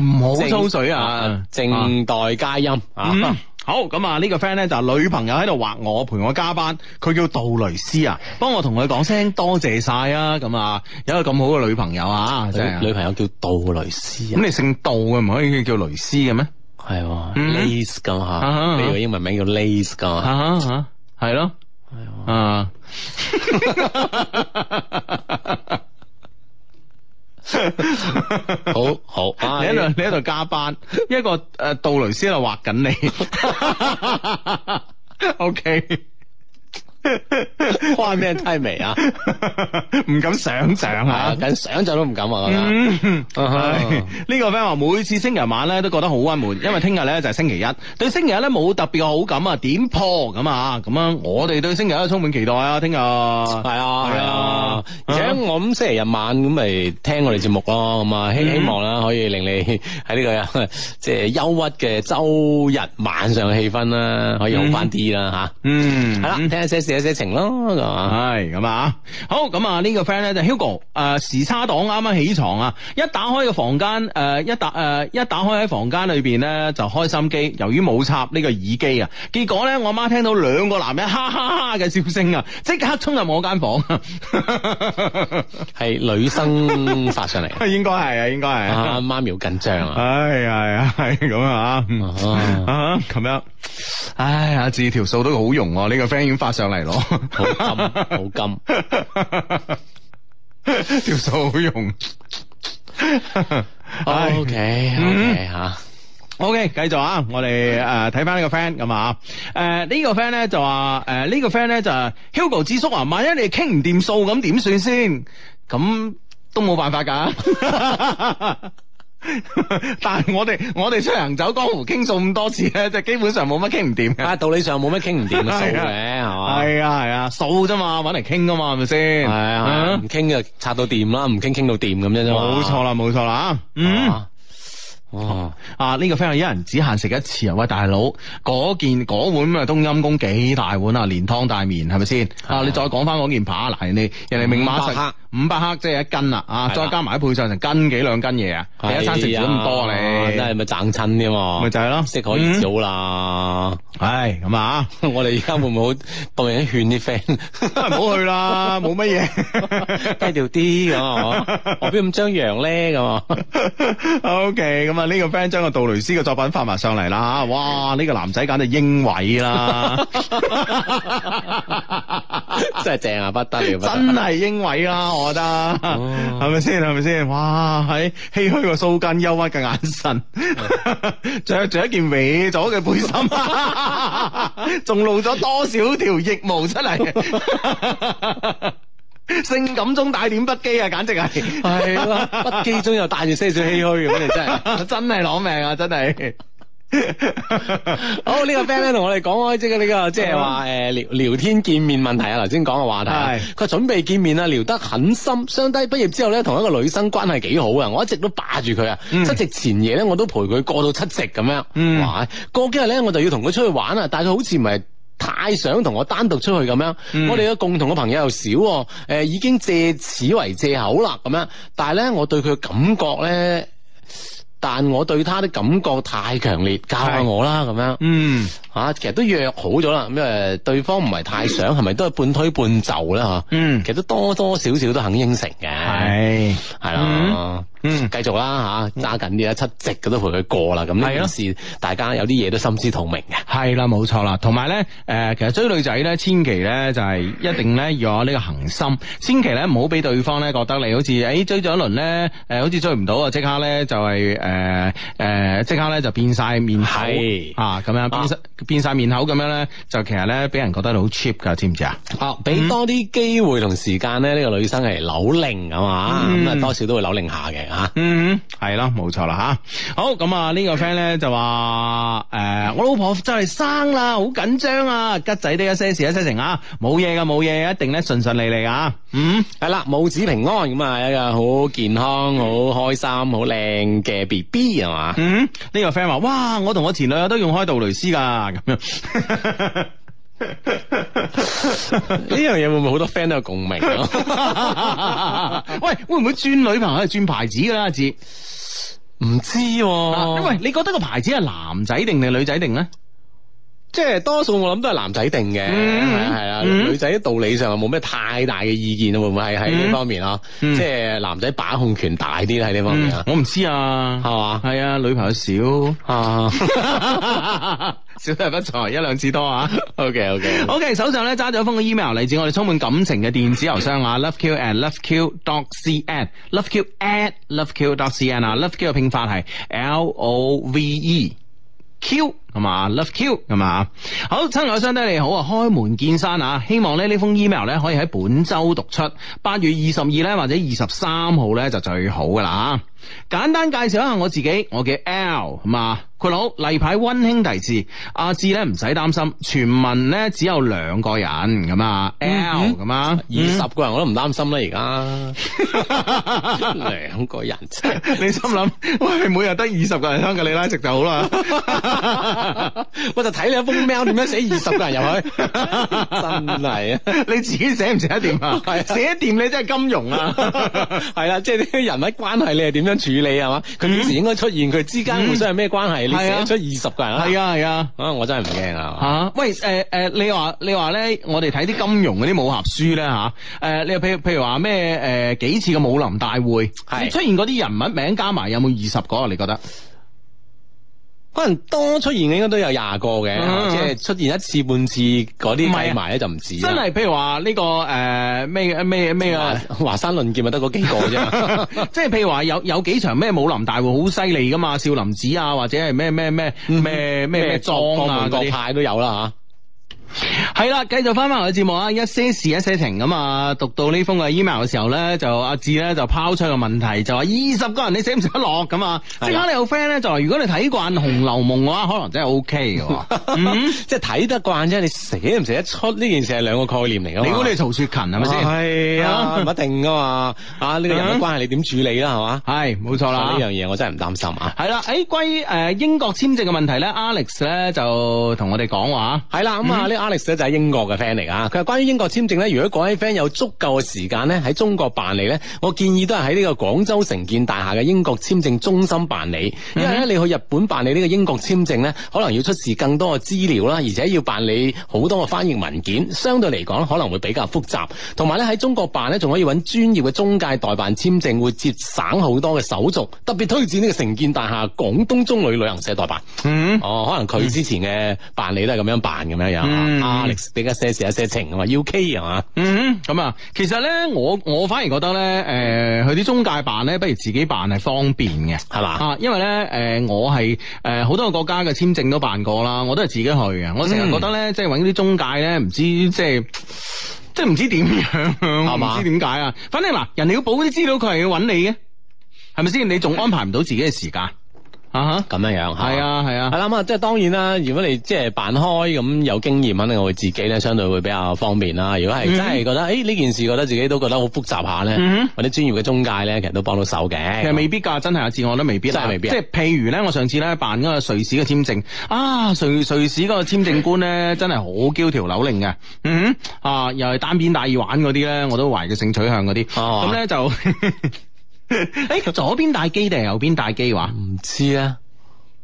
唔
正
嗯抽水啊，啊
正待佳音
嗯
啊，
好咁啊！呢個 friend 咧就係女朋友喺度畫我，陪我加班。佢叫杜蕾斯啊，幫我同佢講聲多謝晒啊！咁啊，有一個咁好嘅女朋友啊，真係
女女朋友叫杜蕾斯啊
咁，你姓杜嘅唔可以叫雷斯嘅咩？
係喎
嗯
Lace 咁
啊
嚇，你個英文名叫 Lace 咁嚇，
啊吓，係咯，啊。
好好啊
你喺度你喺度加班，一個诶杜蕾斯喺度畫緊 你。O K，
開咩梯眉 啊？
唔敢想象
係
啊
啊，！緊想象都唔敢話啦。
嗯，
啊
係 呢個 friend 話每次星期日晚咧都覺得好鬱悶，因為聽日咧就係星期一，對星期一咧冇特別嘅好感啊，點破咁啊？咁樣我哋對星期一都充滿期待啊！聽日
系啊，
係
系
啊
啊，而且我咁星期日晚咁咪聽我哋節目咯，咁啊希
嗯
希望啦，可以令你 喺呢個即係憂鬱嘅周日晚上嘅氣氛啦，可以好翻啲啦
嗯
吓。係啦，聽一些事一些情咯，咁啊
系咁啊，好咁啊呢個 friend 咧就 Hugo，誒、時啊差黨啱啱起床啊，一打開個房間誒、一打誒、一打開喺房間裏邊咧就開心機，由於冇插呢個耳機啊，結果咧我媽聽到兩個男人哈哈哈嘅笑聲啊，即刻衝入我間房，啊
係女生 發上嚟
應該係啊，應該係
啊，媽咪好緊張啊，
唉係啊係咁啊，嗯
啊
啊咁樣，唉阿志條數都好用喎，呢、個 friend 已經發上嚟咯。
好金好金，
条數好用。唉
O K O K
嗯
吓，
OK，繼續啊！我哋誒睇翻呢個 friend 咁啊，誒、呢、個 friend 咧就話誒呢個 friend 咧就係 Hugo 智叔啊，萬一你傾唔掂數咁點算先？咁都冇辦法㗎。 但係我哋我哋出嚟行走江湖傾數咁多次咧，就基本上冇乜傾唔掂嘅。
啊道理上冇乜傾唔掂嘅數嘅
係
係嘛，
係啊係啊，數啫嘛，揾嚟傾㗎嘛，係咪
係
先？嗯
啊唔傾就拆到掂啦，唔傾傾到掂咁樣啫嘛，
冇錯啦冇錯啦啊！嗯。
啊，哇，
啊！呢、個 friend 話一人只限食一次啊！喂，大佬，嗰件嗰碗咩冬陰功幾大碗啊？連湯帶麵係咪先？啊！你再講翻嗰件扒，嗱，人哋人哋明碼
五百克
食五百克即係一斤啦，啊！
係啦
再加埋啲配上成斤幾兩斤嘢啊！你一餐食咗咁多
係啊哎真係
你，
咪賺親嘅嘛，
咪就係咯嗯
適可而止好啦。
唉咁啊，
我哋而家會唔會好搏命勸啲
唔
friend
好去 啦，冇乜嘢。
低調啲咁啊？何必咁張揚咧咁啊？
O K，咁啊呢個 friend 將個杜蕾斯嘅作品發埋上嚟啦，哇！呢、個男仔簡直英偉啦，
真係正啊，不得了，不得了
真係英偉 啦，我覺得
哦
係咪先？係咪先？哇！喺唏噓個鬚根、憂鬱嘅眼神，着着一件歪咗嘅背心， 仲露咗多少條腋毛出嚟？ 性感中帶點不羈啊，簡直係
係 咯，不羈中又帶住些少唏噓咁，你真係。
真係攞命啊！真 係。
好呢個 friend 咧同我哋講開即係呢個即係話誒聊聊天見面問題啊，頭先講嘅話題啊，
嗯係
佢話準備見面啊，聊得很深，相低畢業之後咧，同一個女生關係幾好啊，我一直都霸住佢啊，
嗯
七夕前夜咧我都陪佢過到七夕咁樣，
嗯
哇！過幾日咧我就要同佢出去玩啊，但係佢好似唔係。太想同我單獨出去咁樣，
嗯
我哋嘅共同嘅朋友又少喎，誒、已經借此為借口啦咁樣，但係咧我對佢嘅感覺咧，但我對他的感覺太強烈，教下
係
我啦咁樣。
嗯，
啊，其實都約好咗啦，咁誒對方唔係太想，係咪都係半推半就啦嚇？
嗯
其實都多多少少都肯應承嘅，
係，
係啦，
嗯
繼續啦嚇，揸緊啲啦，七夕嘅都陪佢過啦，咁呢
係咯
件事大家有啲嘢都心知肚明嘅，
係啦，冇錯啦。同埋咧，誒、其實追女仔咧，千祈咧就係、一定咧要有呢個恒心，千祈咧唔好俾對方咧覺得你好似誒、哎追咗一輪咧，誒、好似追唔到啊，即刻咧就係誒誒即刻咧就變晒面口
係
啊，咁樣變晒變晒面口咁樣咧，就其實咧俾人覺得你好 cheap 噶，知唔知啊？
啊，俾多啲機會同時間咧，呢個女生係扭令啊嘛，
嗯
咁啊多少都會扭令下嘅嚇。
嗯，係啦，冇錯啦吓。好，咁啊呢個 friend 咧就話誒、我老婆就嚟生啦，好緊張啊，吉仔啲一些事一些情啊，冇嘢噶冇嘢，一定咧順順利利啊。嗯，
係啦，母子平安咁啊，一個好健康、好開心、好靚嘅 B B 係嘛？
嗯，呢、個 friend 話哇，我同我前女友都用開杜蕾斯噶，咁樣。嗯
呢樣嘢會唔會好多 friend 都有共鳴 啊？
喂，會唔會轉女朋友係轉牌子噶啦？阿志，
唔知喎、
啊
因
喂，
為
你覺得個牌子係男仔定定女仔定咧？
即係多數我諗都係男仔定嘅，
嗯
係啊係啊，
嗯
女仔道理上冇咩太大嘅意見，會唔會係喺
嗯
呢方面啊？
嗯
即係男仔把控權大啲喺呢方面
嗯
啊，，
我唔知啊，
係嘛
係啊，女朋友少。
啊
小弟不才，一兩次多啊。
，OK OK，
OK，手上咧揸咗一封嘅 email 嚟自我哋充滿感情嘅電子郵箱啊，loveq at loveq dot cn，loveq at loveq dot cn 啊，loveq 嘅拼法係 L O V E。Q 係嘛，Love 啊 Q 係嘛，好親愛相低你好啊，開門見山啊，希望咧呢封 email 咧可以喺本周讀出，八月二十二咧或者二十三號咧就最好噶啦。簡單介紹一下我自己，我叫 L 係嘛，括佬例牌温馨提示，阿志咧唔使擔心，全文咧只有兩個人咁啊，L 咁啊，
嗯二十個人我都唔擔心啦，而家 兩個人 真係
你心諗，喂，每日得二十個人香格里拉食就好啦。
我就睇你一封 mail 點樣寫二十個人 入去，真係啊！
你自己寫唔寫得掂啊？
係啊
寫得掂你 真係金融啊！
係啦，即係啲人物關係你係點樣處理係嘛？佢幾時應該出現？佢之間互相係咩關係？
嗯係啊
你寫出二十個人啦，
係啊係啊。
啊，我真係唔驚啊！
啊，喂，誒、誒、你話你話咧，我哋睇啲金融嗰啲武俠書咧吓，誒、你譬如譬如話咩誒幾次嘅武林大會，
係
出現嗰啲人物名加埋有冇二十個啊？你覺得？
可能多出現嘅應該都有廿個嘅，
嗯
即係出現一次半次嗰啲
唔係啊
計埋咧就唔止啦。
真係譬如話呢個誒咩咩咩啊。
華華山論劍咪得嗰幾個啫。
即係譬如話有有幾場咩武林大會好犀利噶嘛，少林寺啊，或者係咩咩咩咩咩咩莊啊
各
嗰
門各
啲。
派都有啦
係啦，繼續翻翻我嘅節目啊，一些事一些情咁啊，讀到呢封嘅 email 嘅時候咧，就阿志咧就拋出個問題，就話二十個人你寫唔寫得落咁啊？即
係啦
刻你有 friend 咧就話，如果你睇慣《紅樓夢》嘅話，可能真係 O K 嘅 喎。嗯
吓，即係睇得慣啫，你寫唔寫得出呢件事係兩個概念嚟噶嘛。
你估你曹雪芹係咪先？
啊係啊，
啊
唔一定噶嘛。啊，呢個人
啊
嘅關係你點處理啦，係嘛？
係冇錯啦
啊呢。樣嘢我真係唔擔心啊。
係啦，誒關於誒英國簽證嘅問題咧，Alex 咧就同我哋講話。
係啦，咁啊呢個 Alex 咧就係英國嘅 friend 嚟啊。佢話關於英國簽證咧，如果各位 friend 有足夠嘅時間咧喺中國辦理咧，我建議都係喺呢個廣州城建大廈嘅英國簽證中心辦理，因為咧你去日本辦理呢個英國簽證咧，可能要出示更多嘅資料啦，而且要辦理好多嘅翻譯文件，相對嚟講可能會比較複雜，同埋咧喺中國辦咧仲可以揾專業嘅中介代辦簽證，會節省好多嘅手續，特別推薦呢個城建大廈廣東中旅旅行社代辦。
嗯。
哦，可能佢之前嘅辦理都係咁樣辦咁樣樣、
嗯
a l e x 俾一些事一些情啊嘛，UK 係嘛，
嗯，咁啊，其實咧，我我反而覺得咧，誒、去啲中介辦咧，不如自己辦係方便嘅。
係嘛，
啊，因為咧，誒、我係誒好多個國家嘅簽證都辦過啦，我都係自己去嘅。我成日覺得咧，即係揾啲中介咧，唔知即係即係唔知點樣，
係嘛
唔知點解啊。反正嗱，人哋要補啲資料，佢係要揾你嘅，係咪先？你仲安排唔到自己嘅時間啊？
咁樣樣
嚇，係。啊，係啊
係。啦，咁啊，即係當然啦。如果你即係辦開咁有經驗，肯定我會自己咧相對會比較方便啦。如果係真係覺得，誒呢件事覺得自己都覺得好複雜下咧
嗯，
或者專業嘅中介咧，其實都幫到手
其實
嘅。
未必㗎，真係阿志，我覺得未必啦，
真係未必啊
即係譬如咧，我上次咧辦嗰個瑞士嘅簽證，啊，瑞瑞士嗰個簽證官咧真係好嬌條扭令嘅，嗯哼啊，又係單邊大耳環嗰啲咧，我都懷疑佢性取向嗰啲，
哦
咁咧、就。 誒，左邊大機定係右邊大機 話？
唔知啊，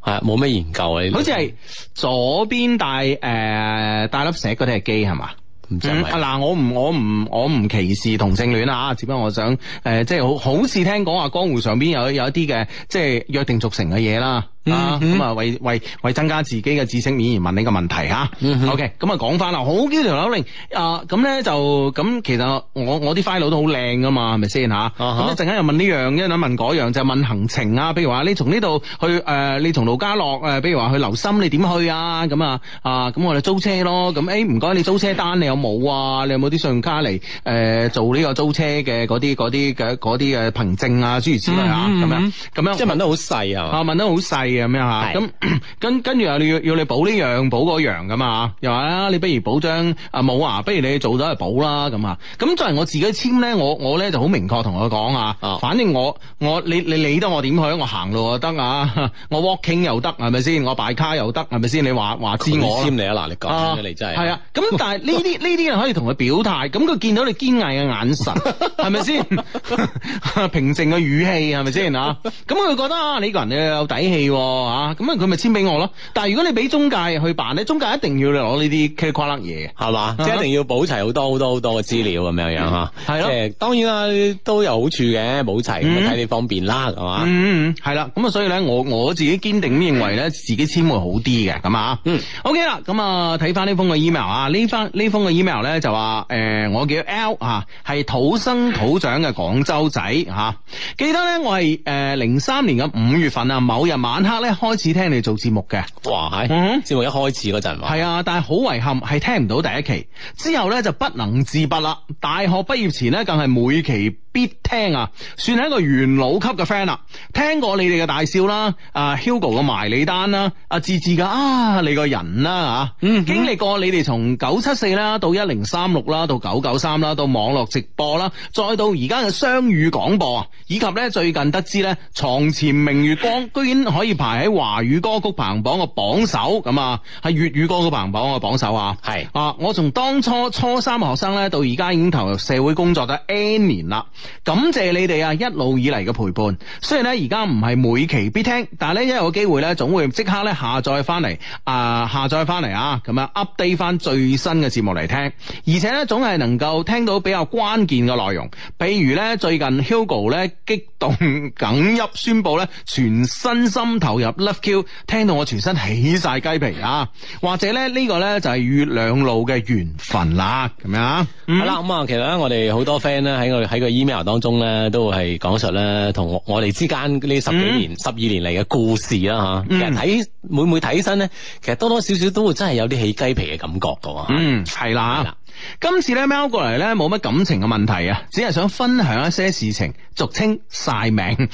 係冇咩研究啊。呢啲
好似係左邊大誒、呃、大粒石嗰啲係機係嘛？
唔知係
嗯
咪
啊嗱、我唔我唔我唔歧視同性戀啊，只不過我想誒、呃即係好好似聽講話江湖上邊有有一啲嘅即係約定俗成嘅嘢啦，啊
嗯
咁啊為為為增加自己嘅知識面而問呢個問題吓。OK，咁
嗯
啊講翻啦，好幾條扭令啊，咁咧就咁其實我我啲 file 都好靚噶嘛，係咪先啊吓？
啊哈
咁一陣間又問呢樣，一陣間問嗰樣，就係問行程啊，譬如話你從呢度去誒、呃你從盧家樂誒、呃譬如話去流心，你點去啊？咁啊啊，咁我哋租車咯，咁誒唔該，你租車單你有冇啊？你有冇啲信用卡嚟誒、呃做呢個租車嘅嗰啲嗰啲嘅嗰啲嘅憑證啊，諸如此類啊，咁、樣咁樣
嗯即係問得好細啊嘛
啊，。問得好細咁樣嚇，
係
咁 跟跟住又要要你補呢樣補嗰樣咁啊，又話啊，你不如補張啊冇啊，不如你做咗去補啦咁啊，咁作為我自己簽咧，我我咧就好明確同佢講啊
啊，
反正我我你你理得我點去，我行路又得啊， 我 walking 又得係咪先，我擺卡又得係咪先，你話話知我
佢
啦
簽。你啊嗱，你
啊
講你真係
係啊，咁但係呢 啲呢啲人可以同佢表態，咁佢見到你堅毅嘅眼神，係咪先？ 平靜嘅語氣係咪先啊？咁佢覺得啊，你個人你有底氣喎啊，咁啊佢咪簽俾我咯。但係如果你俾中介去辦咧，中介一定要你攞呢啲茄哩瓜甩嘢嘅。
係嘛，
啊嗯
即係一定要補齊好多好多好多嘅資料咁樣樣吓，
係咯
即係當然啦，都有好處嘅，補齊咁
嗯
啊睇你方便啦，係嘛，
嗯，係啦，咁啊，所以咧，我我自己堅定咁認為咧，自己簽會好啲嘅，咁啊，
嗯
，OK 啦，咁啊，睇翻呢封嘅 email 啊，呢翻呢封嘅 email 咧就話，誒、呃我叫 L 啊，係土生土長嘅廣州仔吓、啊記得咧我係誒零三年嘅五月份啊，某日晚黑咧開始聽你做節目嘅。
哇，
嗯
係節目一開始嗰陣話，
係啊，但係好遺憾係聽唔到第一期，之後呢就不能自拔啦。大學畢業前呢，更係每期必聽啊，算係一個元老級嘅 friend 啦。聽過你哋嘅大笑啦，啊 Hugo 嘅埋你單啦，阿志志嘅啊你個人啦啊，
嗯
經歷過你哋從九七四啦到一零三六啦到九九三啦到網絡直播啦，再到而家嘅雙語廣播啊，以及呢最近得知呢，床前明月光居然可以排喺華語歌曲排行榜嘅榜首咁啊，係粵語歌曲排行榜嘅榜首啊。
係
啊！我從當初初三嘅學生咧，到而家已經投入社會工作咗 N 年啦。感謝你哋啊，一路以嚟嘅陪伴。雖然咧而家唔係每期必聽，但係咧一有機會咧，總會即刻咧下載翻嚟啊，下載翻嚟啊，咁樣 update 翻最新嘅節目嚟聽。而且咧總係能夠聽到比較關鍵嘅內容，譬如咧最近 Hugo 咧激動。動哽泣宣布咧，全身心投入 Love Q，聽到我全身起晒雞皮啊！或者咧呢個咧就係與兩路嘅緣分啦，咁樣啊，
系啦，咁啊，其實咧，我哋好多 friend 咧喺我哋喺個 email 當中咧，都係講述咧同我我哋之間呢十
嗯
幾年、十二年嚟嘅故事啦吓。其實睇每每睇起身咧，其實多多少少都會真係有啲起雞皮嘅感覺噶喎。
嗯，係
係
啦
啦。
今次咧喵過嚟咧冇乜感情嘅問題啊，只係想分享一些事情，俗稱晒 命。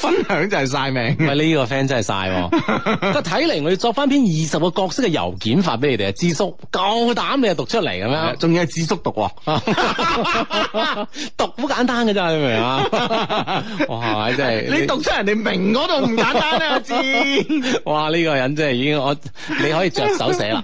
分享就係晒命。
喂，呢個 friend 真係晒喎， 佢睇嚟我哋作翻篇二十個角色嘅郵件發俾你哋啊，智叔夠膽你就讀出嚟咁樣。
仲要係啊智叔讀喎，啊
讀好簡單嘅咋，你明唔 明啊？哇，真係
你讀出人哋明嗰度唔簡單 啊，阿志。
哇！呢、個人真係已經我你可以着手 寫啦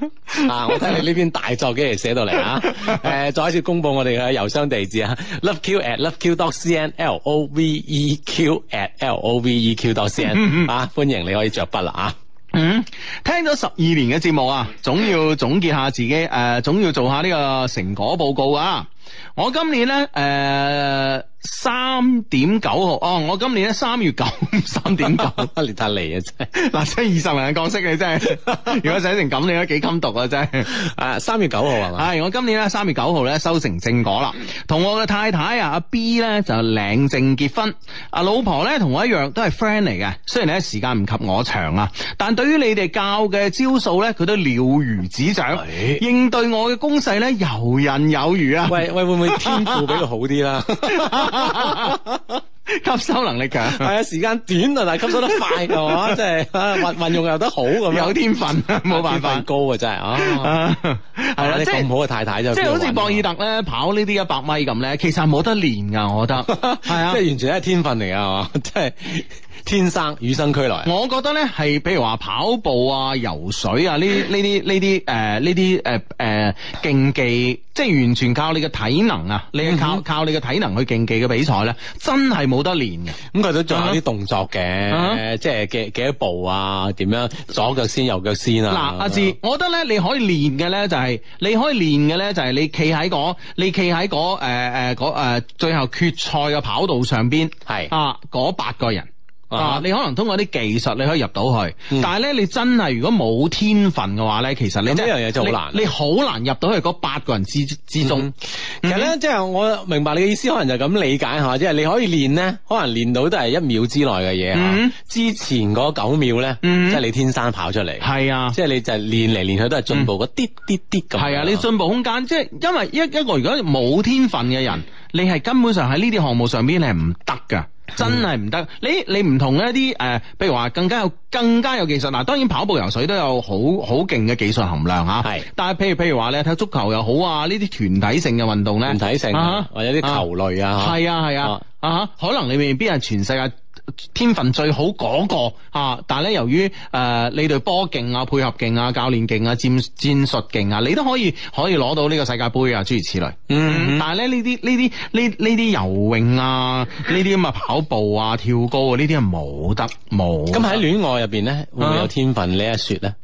啊！我睇你呢篇大作幾嚟寫到嚟啊！誒、再一次公佈我哋嘅郵箱地址啊，loveq at loveq dot cn l o v e q at l o v e q dot cn 啊！歡迎你可以着筆啦啊！
嗯，聽咗十二年嘅節目啊，總要總結下自己，誒、總要做下呢個成果報告啊。我今年咧，誒三點九號，哦，我今年咧三月九， 三點九。
你太嚟啊真係
嗱，真係二十人嘅角色你真係，如果寫成咁，你都幾襟讀啊真係。
啊！三月九號係嘛？
係，我今年咧三月九號咧收成正果啦，同我嘅太太啊阿 B 咧就領證結婚，啊老婆咧同我一樣都係 friend 嚟嘅，雖然咧時間唔及我長啊，但對於你哋教嘅招數咧，佢都了如指掌，
係
應對我嘅攻勢咧游刃有餘啊，
哎 喂喂，會唔會天賦比佢好啲 啦？
吸收能力強，
係啊，時間短啊，但係吸收得快㗎 嘛，即係啊運運用又得好咁樣，
有天分， 冇辦
天
法
分，高啊真係啊！
啊係啦，
你
即係
咁好啊嘅太太就
即係好似博爾
特，
特咧跑呢啲一百米咁咧，其實冇得練噶，我覺 得係啊
即。係完全係天分嚟㗎係嘛， 即係天生與生俱來。
我覺得咧係，譬如話跑步啊、游水啊呢呢啲呢啲誒呢啲誒誒競技，即係完全靠你嘅體能啊，你係靠靠你嘅體能去競技嘅比賽咧，真係冇得練嘅。
咁佢都仲有啲動作
啊
嘅，即係幾幾多步啊？點樣左腳先右腳先
嗱，
啊？
阿志，我覺得咧，你可以練嘅咧就係、你可以練嘅咧就係你企喺嗰，你企喺嗰誒誒嗰誒最後決賽嘅跑道上邊，
係
啊嗰八個人。啊
啊！
你可能通過啲技術你可以入到去，
嗯
但係咧你真係如果冇天分嘅話咧，其實你
咁
真係
呢樣嘢就好難啊
你你好難入到去嗰八個人之之中
嗯。其實咧，即係我明白你嘅意思，可能就咁理解下，即係你可以練咧，可能練到都係一秒之內嘅嘢
嗯
嚇。之前嗰九秒咧，
嗯
即係你天生跑出嚟，
係啊。
即係你就係練嚟練去都係進步嗰啲啲啲咁。
係啊，你進步空間即係因為一一個如果冇天分嘅人，你係根本上喺呢啲項目上邊你係唔得噶。
嗯
真係唔得，你你唔同一啲誒，呃譬如話更加有更加有技術嗱，當然跑步、游水都有好好勁嘅技術含量嚇。
係
但係譬如譬如話咧，睇足球又好啊，呢啲團體性嘅運動咧，
團體性啊
啊，
或者啲球類啊，
係啊係啊啊！可能你未必係全世界天分最好嗰、個啊，但係咧由於誒、呃你對波勁啊、配合勁啊、教練勁啊、戰戰術勁啊，你都可以可以攞到呢個世界盃啊，諸如此類。
嗯
但係咧呢啲呢啲呢呢啲游泳 啊，呢啲咁嘅跑步啊、跳高啊，呢啲係冇得冇啊得。
咁喺戀愛入邊咧，會唔會有天分呢一說咧？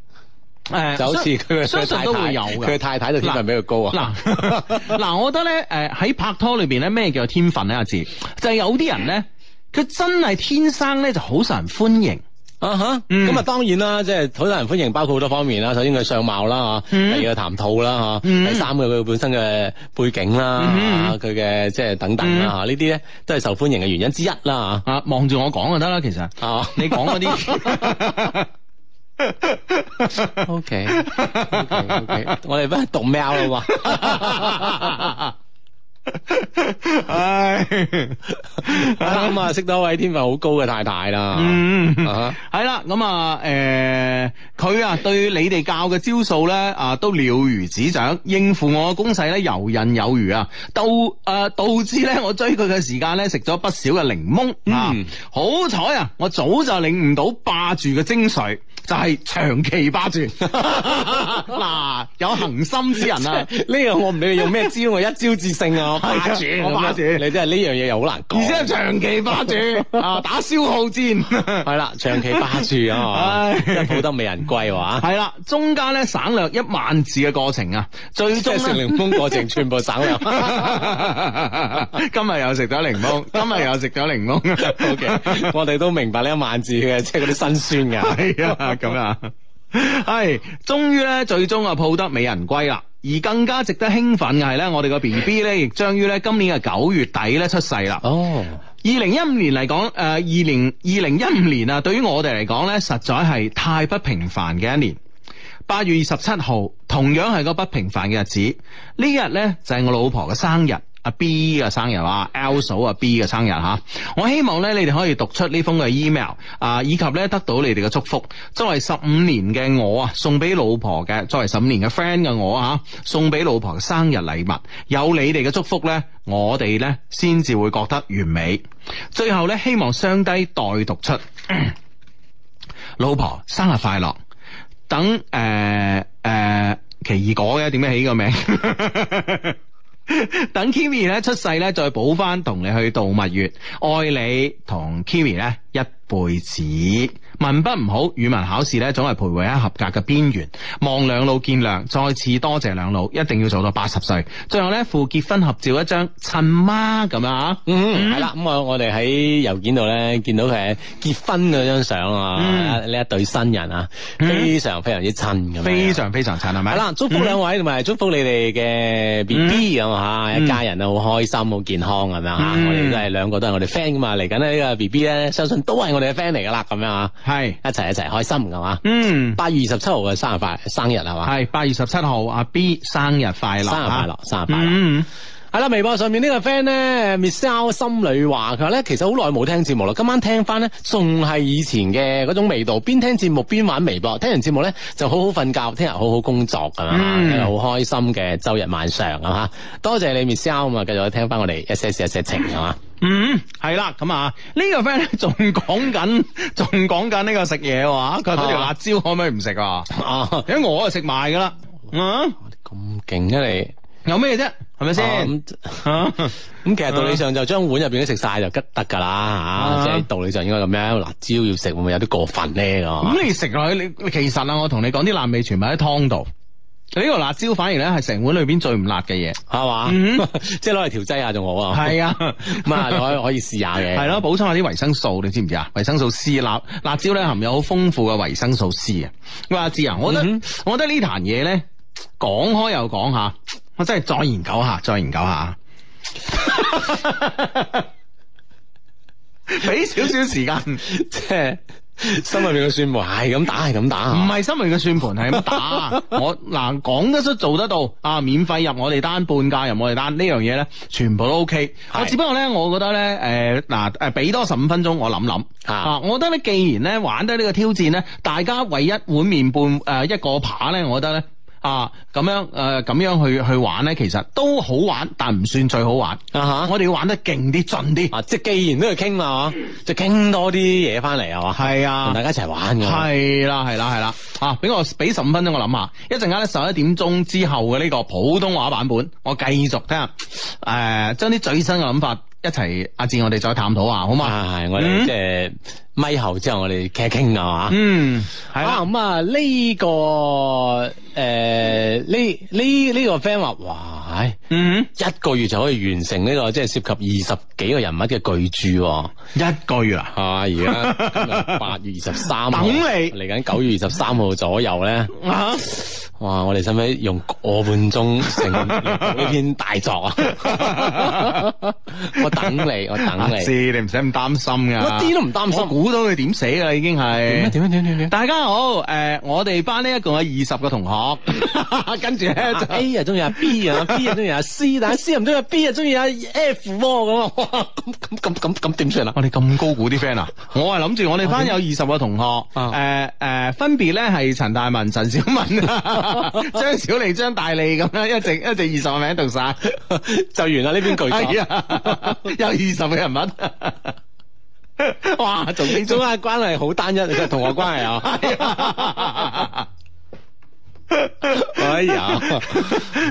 誒
就好似佢嘅
啊呃相
佢
相信
太
都會
太，
有㗎
佢太太就天分比佢高啊。
嗱嗱， 我覺得咧，誒喺拍拖裏邊咧，咩叫天分咧？阿志就係有啲人咧，佢真係天生咧就好受人歡迎。
啊哈，
嗯
咁啊當然啦，即係好多人歡迎，包括好多方面啦。首先佢相貌啦嚇，
嗯
第二個談吐啦嚇，
嗯
第三個佢本身嘅背景
嗯
啦啊
嗯，
佢嘅即係等等啦嚇，呢啲咧都係受歡迎嘅原因之一啦
啊，望住我講就得啦，其實
嚇。啊
你講嗰啲
，OK OK，我 哋不如讀喵啦喎。
唉，
咁啊，識到一位天分好高嘅太太啦。
嗯。
啊
係啦，咁啊，誒、佢啊對你哋教嘅招數咧，啊都了如指掌，應付我嘅攻勢咧游刃有餘啊，導誒、呃、導致咧我追佢嘅時間咧食咗不少嘅檸檬啊
嗯，
好彩啊，我早就領悟到霸住嘅精髓就係長期霸住。 嗱，有恒心之人啊！
呢個我唔理你用咩招，我一招致勝啊！我霸住，
係啊我霸住
你真係呢樣嘢又好難 講。
而且係長期霸住啊，打消耗 戰。
係啦，長期霸住啊，
唉
真係抱得美人歸啊
系
話。
啦，中間咧省略一萬字嘅過程啊，最
即
終
係食
呢
檸檬過程全部省 略。
今日又食咗檸 檬，今日又食咗檸檬。
O K，我哋都明白呢一萬字嘅，即係嗰啲辛 酸嘅。
系啊，咁啊，系，終於咧，最終啊，抱得美人歸啦。而更加值得興奮嘅係咧，我哋個 B B 咧，亦將於咧今年嘅九月底咧出世啦。
哦，
二零一五年嚟講，誒呃二零二零一五年啊，對於我哋嚟講咧，實在係太不平凡嘅一年。八月二十七號同樣係個不平凡嘅日子，呢日呢，就係、我老婆嘅生日。阿 B 嘅生日啊，L 嫂啊 B 嘅生日吓，我希望咧你哋可以讀出呢封嘅 email 啊，以及咧得到你哋嘅祝福。作為十五年嘅我啊，送俾老婆嘅，作為十五年嘅 friend 嘅我啊，送俾老婆嘅生日禮物，有你哋嘅祝福咧，我哋咧先至會覺得完美。最後咧，希望雙低代讀出。老婆生日快樂！等誒誒奇異果嘅，點解起個名？ 等 Kimi 咧出世咧，再補翻同你去度蜜月，愛你同 Kimi 咧一輩子。文筆唔好，語文考試咧總係徘徊喺合格嘅邊緣。望兩老見諒，再次多謝兩老，一定要做到八十歲。最後咧，附結婚合照一張，襯媽咁樣啊！
嗯，係啦，咁我我哋喺郵件度咧見到佢結婚嗰張相啊，
嗯
呢一對新人啊，
嗯
非常非常之襯咁樣。
非常非常襯係咪？
系啦，祝福兩位，同埋祝福你哋嘅 B B 咁吓，
嗯
一家人啊好開心，好健康咁樣吓，
嗯
我哋都係兩個都係我哋 friend 噶嘛，嚟緊呢個 B B 咧，相信都係我哋嘅 friend 嚟噶啦，咁樣啊，
係
一齊一齊開心噶嘛，
嗯。
八月二十七號嘅生日快生日係嘛，
系八月十七號，阿 B 生日快樂！
生日快
啊
樂，生日快樂。
嗯，
係啦，微博上面呢個 friend 咧，Miss L 心裏話佢話咧，其實好耐冇聽節目啦，今晚聽翻咧，仲係以前嘅嗰種味道，邊聽節目邊玩微博，聽完節目咧就好好瞓覺，聽日好好工作咁
嗯
樣，一個好開心嘅周日晚上啊吓，多謝你 Miss L 咁啊，繼續聽翻我哋一些事一些情係 嘛，
嗯，係啦，咁啊，呢 個 friend 咧仲講緊，仲講緊呢個食嘢喎，佢話嗰條
啊
辣椒可唔可以唔食啊？
哦，
因為我啊食埋噶啦，嗯，
咁勁啊你，
有咩啫？係咪
啊
先？
咁
啊
咁其實道理上就將碗入邊嘅食晒就吉得㗎啦
啊
吓，即係道理上應該咁樣，辣椒要食會唔會有啲過分咧咁啊？
咁你食落去，你你其實啊，我同你講啲辣味全部喺湯度，呢個辣椒反而咧係成碗裏邊最唔辣嘅嘢。
係嘛
嗯，
即係攞嚟調劑下仲好啊。
係啊，
咁啊，你啊可以可以試下嘅。
係咯，補充下啲維生素，你知唔知啊？維生素 C 辣辣椒咧含有好豐富嘅維生素 C 啊！喂，阿志啊，我覺得、
嗯
我覺得呢壇嘢咧講開又講下，我真係再研究下，再研究 下。俾少少時間，唔
即係心裏面嘅算盤係咁打，係咁打。係嘛
係心裏嘅算盤係咁 打。我嗱講得出做得到啊！免費入我哋單，半價入我哋單，呢樣嘢咧全部都 OK。我
係
只不過咧，我覺得咧，誒嗱誒，俾多十五分鐘我諗諗。
啊
啊，我覺得咧，既然咧玩得呢個挑戰咧，大家為一碗麵半誒、呃一個扒咧，我覺得咧啊咁樣誒咁、樣去去玩咧，其實都好玩，但唔算最好玩。
啊
我哋要玩得勁啲，盡啲。
嚇！啊，即係既然都要傾啦，嗬，就傾多啲嘢翻嚟係嘛，
係
同
啊
大。家一齊玩㗎。
係啦，係啦，係啦，啊！俾我俾十五分鐘，我諗下，一陣間咧十一點鐘之後嘅呢個普通話版本，我繼續聽下，誒、呃將啲最新嘅諗法一齊，阿志我哋再探討下，好嘛？
啊係係，我
嗯
哋即係咪後之後，我哋傾一傾啊嘛。
嗯，係
啊
啦，
咁啊呢個誒呢呢呢個 friend 話哇唉
嗯，
一個月就可以完成呢個即係涉及二十幾個人物嘅巨著喎。
一個月啊，
啊，而家今日八月二十三號，
等你
嚟緊九月二十三號左右咧，
啊！
哇！我哋使唔使用個半鐘成呢篇大作啊？我等你，我等
阿
你，
志，你唔使咁擔心噶。
我一啲都唔擔
我
心。
估到佢點死噶啦，已經
點啊
係。
點啊點啊點啊點啊！
大家好，誒、我哋班呢一共有二十個同 學，跟住咧 就
A 啊中意阿 B 啊，B 啊中意阿 C，但係 C 唔中意阿 B 啊中意阿 F 喎咁啊！哇！咁咁咁咁咁點算啊？
我哋咁高估啲 friend 啊！我係諗住我哋班有二十個同學，誒誒、
啊
分別咧係陳大文、陳小文、啊 張小麗、張大利咁樣，一直一直二十個名讀 晒，哎
就完啦呢篇巨
係
作。
啊，有二十個人物。 哇，仲
你中間關係好單一，你同學關係啊。
啊
哎 呀，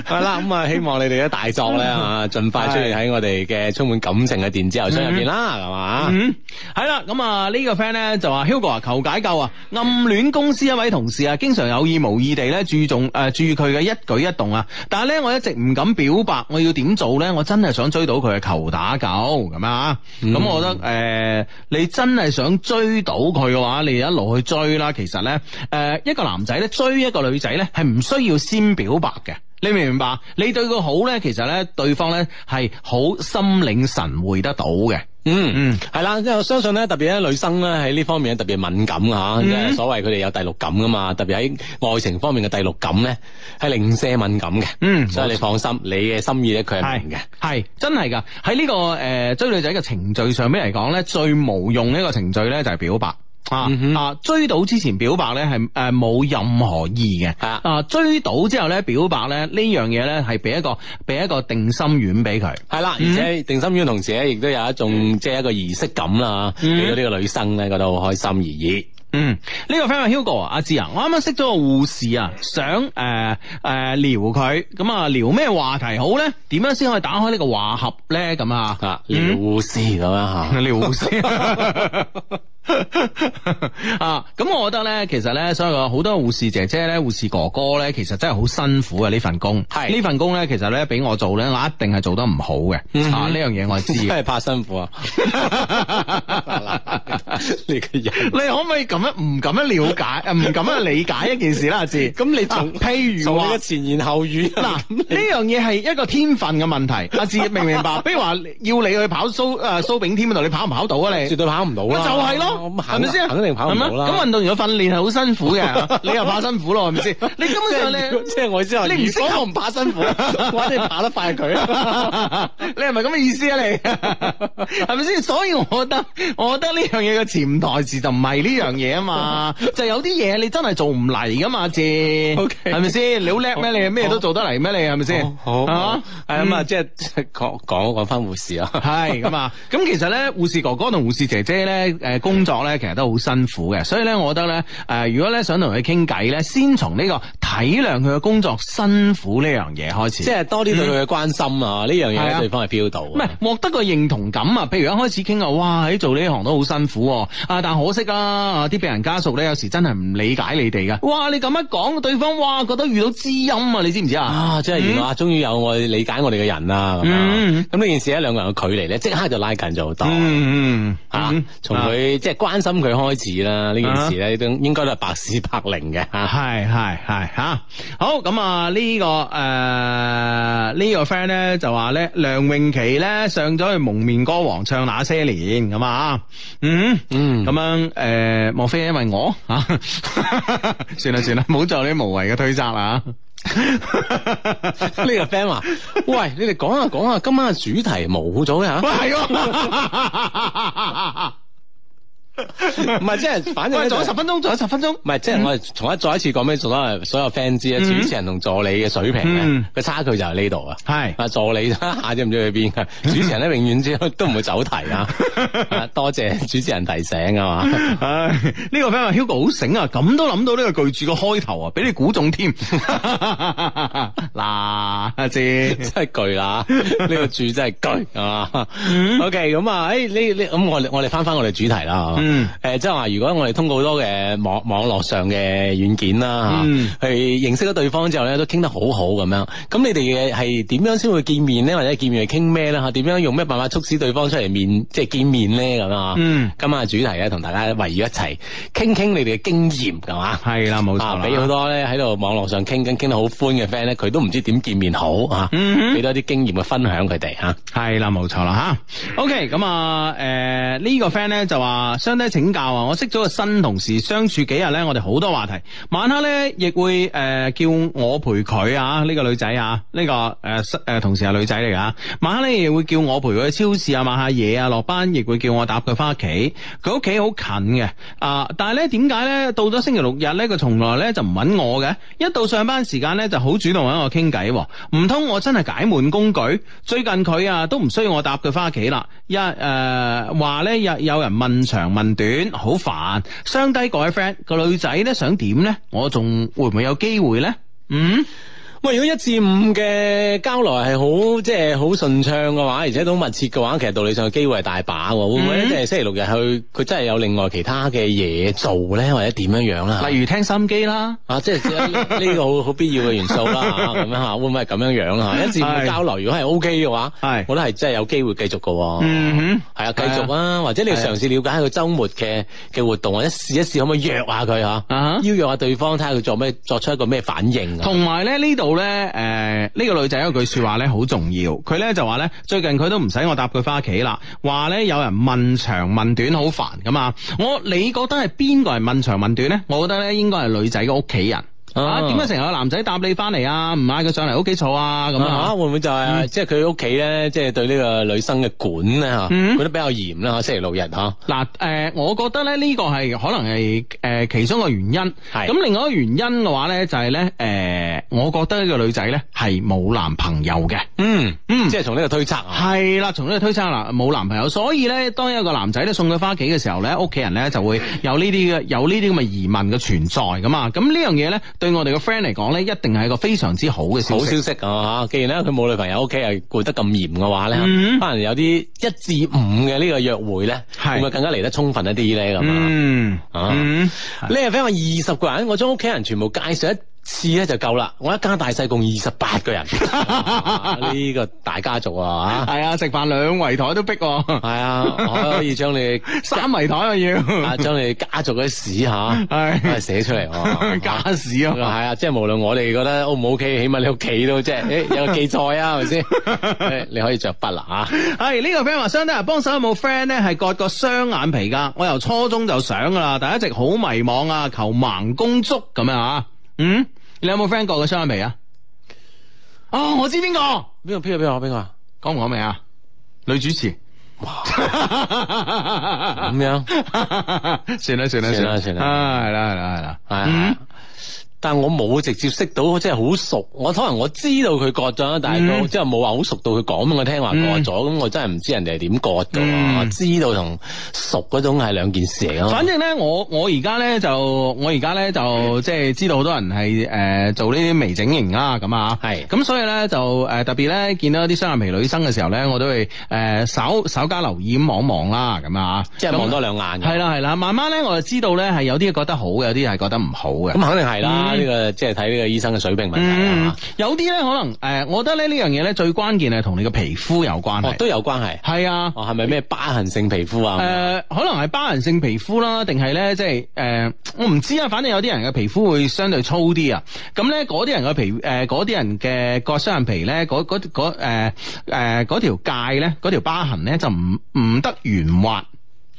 係啦，咁啊，希望你哋嘅大作
嗯
咧啊，盡快出現喺我哋嘅充滿感情嘅電子郵箱入邊啦，係嘛？
嗯，系啦，咁啊呢個 friend 咧就話 Hugo 啊求解救啊，暗戀公司一位同事啊，經常有意無意地咧注重诶注意佢嘅一舉一動啊，但係咧我一直唔敢表白，我要點做咧？我真係想追到佢啊，求打救咁啊，咁、我覺得诶、呃你真係想追到佢嘅話，你一路去追啦。其實咧诶、呃一個男仔咧追一個女仔咧係唔需要先表白嘅。你明唔明白？你對佢好咧，其實咧對方咧係好心領神會得到嘅。
嗯
嗯，
係啦，因為我相信咧，特別咧女生咧喺呢方面咧特別敏感啊，
嗯
即係所謂佢哋有第六感噶嘛，特別喺愛情方面嘅第六感咧係零舍敏感嘅，
嗯
所以你放心，你嘅心意咧佢係明嘅。
嘅，系真係噶。喺呢、個个呃追女仔嘅程序上面嚟講咧，最無用一個程序咧就係表白。啊
嗯哼
啊！追到之前表白咧係诶冇任何意義嘅，
係啊
啊追到之後咧表白咧呢樣嘢咧係俾一個俾一個定心丸俾佢，
係啦，而
嗯
且定心丸同時咧，亦都有一種即係一個儀式感啦，
嗯
俾到呢個女生咧覺得好開心而已。
嗯，呢、個 friend 話 Hugo 啊，阿志啊，我啱啱識咗個護士啊，想誒誒聊佢，咁啊聊咩話題好咧？點樣先可以打開呢個話盒咧？咁啊
啊，聊護士咁樣吓，
你好先。 啊，咁我覺得咧，其實咧，所以話好多護士姐姐咧、護士哥哥咧，其實真係好辛苦嘅啊呢份工。
係
呢份工咧，其實咧俾我做咧，我一定係做得唔好嘅。
嗯
啊，呢樣嘢我係知
真
嘅。
係怕辛苦啊！ 你個人
你可唔可以咁樣唔咁樣了解，啊唔咁樣理解一件事啦，阿志？
咁你
啊
從
譬如
從
話
你嘅前言後語
嗱，呢樣嘢係一個天分嘅問題，阿志明唔明 白？比如話要你去跑蘇誒蘇炳添嗰度，你跑唔跑到啊？你
絕對跑唔到
咪
啦，
就係咯，
咁
係
肯
咪先？啊
肯定跑唔到啦。
係咪咁運啊動員嘅訓練係好辛苦 嘅，你又怕辛苦咯，係咪先？你根
即
本上
係如果
你
即係我之後，
你唔
如
適合
果我唔怕辛苦， 我一定跑得快佢。
你係咪咁嘅意思啊？ 你係咪先？所以我覺得，我覺得呢樣嘢嘅潛台詞就唔係呢樣嘢啊嘛，就有啲嘢你真係做唔嚟噶嘛，姐。
OK
係咪先？你好叻咩？你咩都做得嚟咩？你係咪先？
好，
啊
係咁啊，即係即係講講講翻護士 啊。
系咁啊，咁其實咧，護士哥哥同護士姐姐咧，诶，工作咧，其實都好辛苦嘅，所以咧，我覺得咧，诶、如果咧想同佢傾偈咧，先從呢個體諒佢嘅工作辛苦呢樣嘢開始，
即係多啲對佢嘅關心啊！呢樣嘢
係啊
咧對方係 feel 到啊。
唔係獲得個認同感啊！譬如一開始傾啊，哇！喺做呢行都好辛苦喎啊，但可惜啦，啊啲病人家屬咧有時真係唔理解你哋噶。 哇！你咁一講，對方哇覺得遇到知音啊！你知唔知啊？
啊，即係原來啊，終於有我哋理解我哋嘅人啦，咁樣
嗯
咁呢件事咧，兩個人嘅距離咧，即刻就拉近咗好多。
嗯啊
啊，從佢即係關心佢開始啦，呢件事咧都應該都係百試百靈嘅啊嚇。
系系系吓，好咁啊呢個诶呢個 friend 咧就話咧梁咏琪咧上咗去蒙面歌王唱那些年咁啊，嗯。
嗯
咁樣诶、呃莫非因為我吓？啊 算啦算啦，唔好做呢啲無謂嘅推測啦。啊
呢個 friend 話：，喂，你哋講下講下，今晚嘅主題冇咗嘅嚇
喂，， 係喎，
唔係即係反正
喂，
咧
仲有
就
十分鐘，仲有十分鐘。
唔係，即係我哋重一再一次講俾所有所有 fans 知咧，啊
嗯
主持人同助理嘅水平咧
嗯，
個差距就喺呢度啊。
係
啊，助理一下知唔知去邊 嘅？主持人咧永遠之都唔會走題啊！啊多謝主持人提醒啊嘛。
唉，呢、個 friend 話 Hugo 好醒啊，咁都諗到呢個巨著嘅開頭啊，俾你估中添。 嗱，阿姐，
真係巨啦！呢個注真係巨啊！OK，咁
嗯
啊，誒呢呢咁我哋我哋翻翻我哋主題啦。
嗯
誒即係話，如果我哋通過好多嘅網網絡上嘅軟件啦
嗯
嚇，去認識咗對方之後咧，都傾得好好咁樣。咁你哋嘅係點樣先會見面咧？或者見面係傾咩咧？嚇，點樣用咩辦法促使對方出嚟面即係見面咧？咁啊，
嗯
今晚嘅主題咧，同大家圍繞一齊傾傾你哋嘅經驗，係嘛？
係啦，冇
啊
錯，啦
俾好多咧喺度網絡上傾緊傾得好歡嘅 friend 咧，佢都唔知點見面好啊，俾、
嗯哼
多啲經驗嘅分享佢哋啊。
系啦，冇錯啦吓。OK，咁啊，诶、呢、個呃 friend 咧就話，相相低請教啊！我識咗個新同事，相處幾日咧，我哋好多話題。晚黑咧，亦會誒、呃叫我陪佢啊，呢、個女仔啊，呢、個誒誒、呃同事係女仔嚟㗎。晚黑咧，亦會叫我陪佢去超市啊，買下嘢啊。落班亦會叫我搭佢翻屋企。佢屋企好近嘅啊，但係咧點解咧到咗星期六日咧，佢從來咧就唔揾我嘅，一到上班時間咧就好主動揾我傾偈喎。唔通我真係解悶工具？最近佢啊都唔需要我搭佢翻屋企啦。一誒話咧有有人問長問短，好煩。相低各位 friend，個女仔咧想點咧？我仲會唔會有機會咧？嗯，
喂，如果一至五嘅交流係好即係好順暢嘅話，而且都密切嘅話，其實道理上嘅機會係大把喎。會唔會咧？
嗯
即係星期六日去，佢真係有另外其他嘅嘢做咧，或者點樣樣啦？
例如聽心機啦。
啊，即係呢 個好好必要嘅元素啦，嚇咁樣嚇，會唔會係咁樣樣啦？嚇一至五嘅
係
交流，如果係 O K 嘅話，
係
我覺得係真係有機會繼續嘅喎。
嗯
係啊，繼續啊，或者你要
係
嘗
啊
試了解下佢周末嘅嘅活動，或者試一試可唔可以約下佢嚇，
哼，啊哈。
邀約下對方，睇下佢作咩，作出一個咩反應啊。
同埋咧呢度咧，誒、呢、個女仔有句説話咧好重要，佢咧就話咧最近佢都唔使我搭佢翻屋企啦，話咧有人問長問短好煩噶嘛。我你覺得係邊個人問長問短咧？我覺得咧應該係女仔嘅屋企人。啊！點解成日有男仔搭你翻嚟啊？唔嗌佢上嚟屋企坐啊？咁
咁啊，
啊
會唔會就係即係佢屋企咧，即係對呢個女生嘅管咧嚇，
嗯
管得比較嚴啦嚇，星期六日嚇。
嗱，誒、我覺得咧呢個係可能係誒、其中一個原因。
係
咁，另外一個原因嘅話咧，就係咧誒，我覺得呢個女仔咧係冇男朋友嘅。
嗯
嗯
即係從呢個推測啊。
係啦，從呢個推測啦，冇男朋友，所以咧，當一個男仔咧送佢翻屋企嘅時候咧，屋企人咧就會有呢啲嘅有呢啲咁嘅疑問嘅存在噶嘛。咁呢樣嘢咧，對我哋嘅 friend 嚟講咧，一定係一個非常之好嘅消
好
息
消。息啊！嚇，既然咧佢冇女朋友，屋企係管得咁嚴嘅話咧，
嗯
可能有啲一至五嘅呢個約會咧，
係
會唔會更加嚟得充分一啲咧咁啊？
嗯
啊
嗯，
呢個 friend 話二十個人，我將屋企人全部介紹一次咧就夠啦。我一家大細共二十八 個人，啊呢個大家族啊
係啊，食飯兩圍台都逼喎，
嚇，係啊，我可以將你
三圍台啊要，
啊將你家族嘅史嚇，
係
啊寫出嚟 喎。
假屎
係
啊！
啊，即係無論我哋覺得 O 唔 O K，起碼你屋企都即係， 誒有個記載啊，係咪先？ 誒你可以着筆啦啊嚇。
係呢、個 friend 話，相低人幫手有冇 friend 咧係割過雙眼皮噶？我由初中就想噶啦，但係一直好迷茫啊，求盲公竹咁樣啊。嗯，你有冇 friend 割過雙眼皮啊？哦，我知邊個，
邊個邊個邊個邊個啊？
講唔講未啊？女主持。
咁
咁
樣
算啦算啦
算啦算啦
啊係啦係啦係啦，
係
嗯
啊，但我冇直接識到，即係好熟。我可能我知道佢割咗，但係
嗯
我即係冇話好熟到佢講俾我聽話割咗，咁我真係唔知人哋係點割㗎喎。
嗯
我知道同熟嗰種係兩件事嚟㗎嘛。
反正咧，我我而家咧就我而家咧就即係知道好多人係誒、呃做呢啲微整形啦，咁啊，
係
咁所以咧就誒、呃特別咧見到一啲雙眼皮女生嘅時候咧，我都會誒、呃稍稍加留意咁望一望啦，咁啊，
即係望多兩眼
係
嘅。
啦係啦，慢慢咧我就知道咧係有啲覺得好嘅，有啲係覺得唔好嘅
咁。肯定係啦，
嗯
呢個即係睇呢個醫生嘅水平問題
嗯
啊。，
有啲咧可能誒、呃我覺得咧呢樣嘢咧最關鍵係同你嘅皮膚有關
哦，
係。
都有關係。
係啊，
哦，係咪咩疤痕性皮膚
誒、
啊？
呃可能係疤痕性皮膚啦，定係咧，即係誒、我唔知啊。反正有啲人嘅皮膚會相對粗啲啊。咁咧，嗰啲人嘅皮誒，嗰、啲人嘅割雙眼皮咧，嗰嗰嗰誒誒嗰條界咧，嗰條疤痕咧就唔唔得圓滑，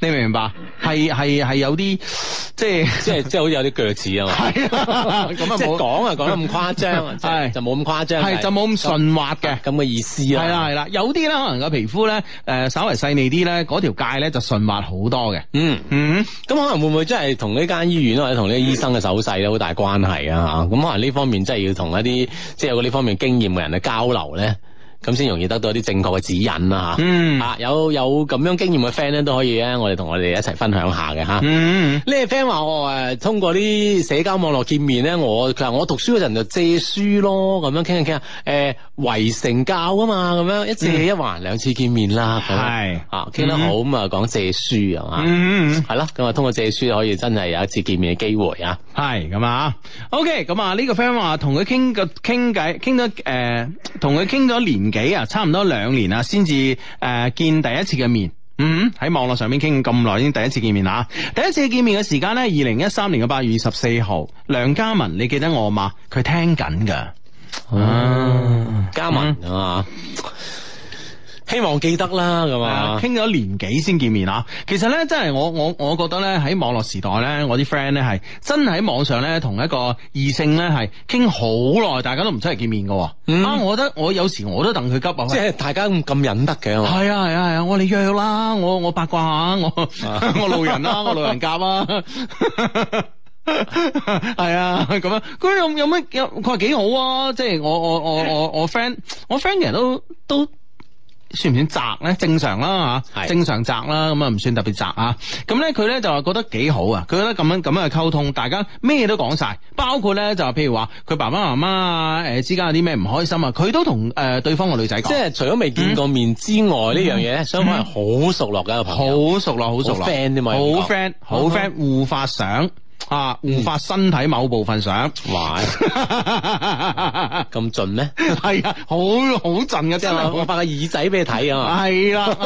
你明唔明白？係係係有啲即係
即係即係好似有啲鋸齒啊嘛。
係啊， 咁啊
即係
冇
講啊講得咁誇 張啊，即係
係
就冇咁誇張。
係就冇咁順滑嘅
嘅。咁嘅意思
系
啊。
啦係啦，有啲咧可能個皮膚咧，誒、稍微細膩啲咧，嗰條界咧就順滑好多嘅。
嗯。
嗯，
咁可能會唔會真係同呢間醫院或者同呢個醫生嘅手勢咧好大關係啊？嚇，咁可能呢方面真係要同一啲即係有呢方面經驗嘅人去交流咧，咁先容易得到一啲正確嘅指引啦嚇。
嗯
啊，有有咁樣經驗嘅 friend 咧都可以咧，我哋同我哋一齊分享下嘅嚇。
嗯。
呢個 friend 話我誒通過啲社交網絡見面咧，我佢話我讀書嗰陣就借書咯，咁樣傾下傾下，誒、圍城教啊嘛，咁樣一借一還兩次見面啦，咁樣
係
啊傾得好咁啊講借書啊嘛。
嗯，
係咯，咁啊通過借書可以真係有一次見面嘅機會啊！
係咁啊。OK，咁啊呢個 friend 話同佢傾個傾偈，傾咗誒，同佢傾咗年幾啊，差唔多兩年啊，先至誒見第一次嘅面。嗯，喺網絡上面傾咁耐，已經第一次見面啦。第一次見面嘅時間呢，二零一三年嘅八月二十四號，梁嘉文，你記得我嘛？佢哦聽緊㗎。啊
嘉文啊嘛，希望記得啦，咁啊，
傾咗年幾先見面啊！其實咧，真係我我我覺得咧喺網絡時代咧，我啲 friend 咧係真係喺網上咧同一個異性咧係傾好耐，大家都唔出嚟見面嘅喎。
嗯
啊，我覺得我有時我都等佢急啊。
即係大家咁咁忍得嘅，係嘛
係啊係啊係啊！我哋約啦，我我八卦下，我
啊
我路人啦，我路人甲啦。係啊，咁樣佢有有乜有？佢話幾好啊！即係我我我我我 friend，我 friend 其實都都。算唔算宅咧？正常啦吓，
係
正常宅啦，咁啊唔算特別宅啊。咁咧佢咧就話覺得幾好啊，佢覺得咁樣咁樣嘅溝通，大家咩都講晒，包括咧就話譬如話佢爸爸媽媽啊，誒之間有啲咩唔開心啊，佢都同誒對方個女仔講
即。係除咗未見
嗯
過面之外，呢樣嘢咧，雙方係好熟絡嘅一個朋友。
好熟絡，好熟絡
好 friend 啫嘛
好
有冇講
friend，好
嗯
friend，互發相啊，互發身體某部分 相，
哇，
係
咁盡咩？
啊，好好震嘅
即
真
係我
係
我。發個耳仔俾你睇啊嘛，
系啦，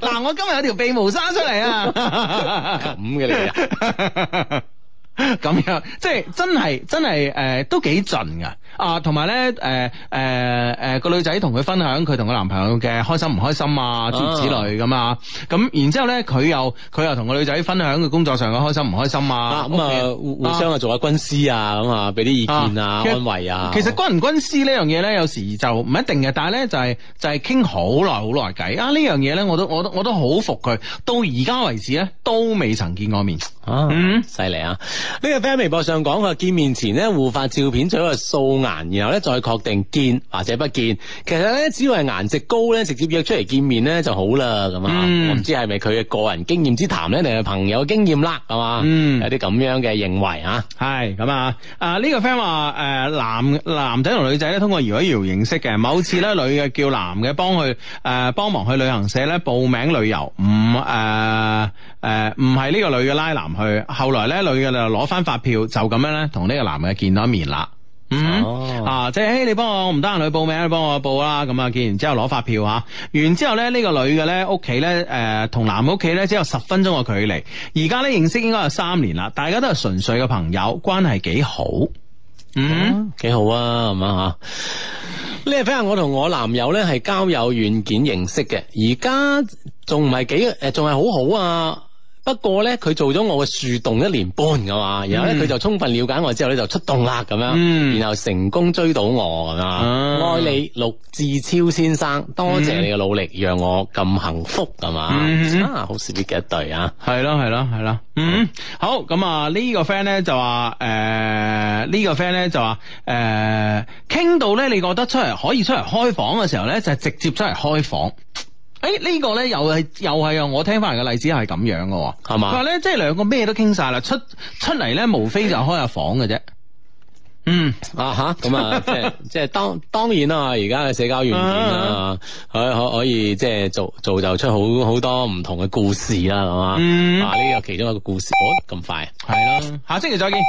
嗱，我今日有條鼻毛生出嚟啊
咁，嘅你啊，
咁樣即係真係真係誒、呃都幾盡噶啊！同埋咧誒誒誒個女仔同佢分享佢同佢男朋友嘅開心唔開心啊，諸如此類咁啊。咁然之後咧，佢又佢又同個女仔分享佢工作上嘅開心唔開心啊
啊。咁啊，互互相啊做下軍師啊，咁啊，俾啲意見啊，
其實
安慰啊。
其實軍唔軍師呢樣嘢咧，有時就唔一定嘅，但係咧就係、就係傾好耐好耐偈啊！呢樣嘢咧，我都我都我都好服佢，到而家為止咧都未曾見過面。
啊，
嗯
犀利啊！呢、個 friend 微博上講，佢話見面前咧互發照片，做一個素顏，然後咧再確定見或者不見。其實咧，只要係顏值高咧，直接約出嚟見面咧就好啦，咁啊、
嗯
我唔知係咪佢嘅個人經驗之談咧，定係朋友經驗啦，係嘛？
嗯
有啲咁樣嘅認為啊，
係咁啊！啊呢、個 friend 話誒男男仔同女仔咧通過搖一搖認識嘅。某次咧女嘅叫男嘅幫佢誒幫忙去旅行社咧報名旅遊，唔誒誒唔係呢個女嘅拉男去。後來咧女嘅就攞翻發票，就咁樣咧同呢個男嘅見到一面啦。嗯、
哦
啊，即係嘿你幫我，我唔得閒去報名，你幫我報啦。咁啊，見完之後攞發票啊，完之後咧，呢、個女嘅咧屋企咧，誒、同男嘅屋企咧只有十分鐘嘅距離。而家咧認識應該有三年啦，大家都係純粹嘅朋友，關係幾好。嗯，
幾好啊，咁啊吓。呢個 friend 話我同我男友咧係交友軟件認識嘅，而家仲唔係幾誒，仲係好好啊。不過咧，佢做咗我嘅樹洞一年半㗎嘛，然後咧
嗯
佢就充分了解我之後咧就出洞啦咁樣，
嗯
然後成功追到我咁
啊
啊！愛你陸志超先生，多謝
嗯
你嘅努力，讓我咁幸福咁啊！
嗯
啊，好 sweet 嘅一對啊！
係咯，係咯，係咯。嗯，好咁啊，呢個 friend 咧就話，誒、呃呢個 friend 咧就話，誒、傾到咧，你覺得出嚟可以出嚟開房嘅時候咧，就係直接出嚟開房。誒、呢個咧又係又係啊！我聽翻嚟嘅例子係咁樣嘅喎，
係嘛
佢話咧即係兩個咩都傾晒啦，出出嚟咧無非就開下房嘅啫。嗯，
啊哈，咁啊，即係即係當當然啦，而家嘅社交軟件啊，可可可以即係造造就出好好多唔同嘅故事啦，係嘛？
嗯
啊，呢個其中一個故事，哦，咁快啊！
係咯，下星期再見。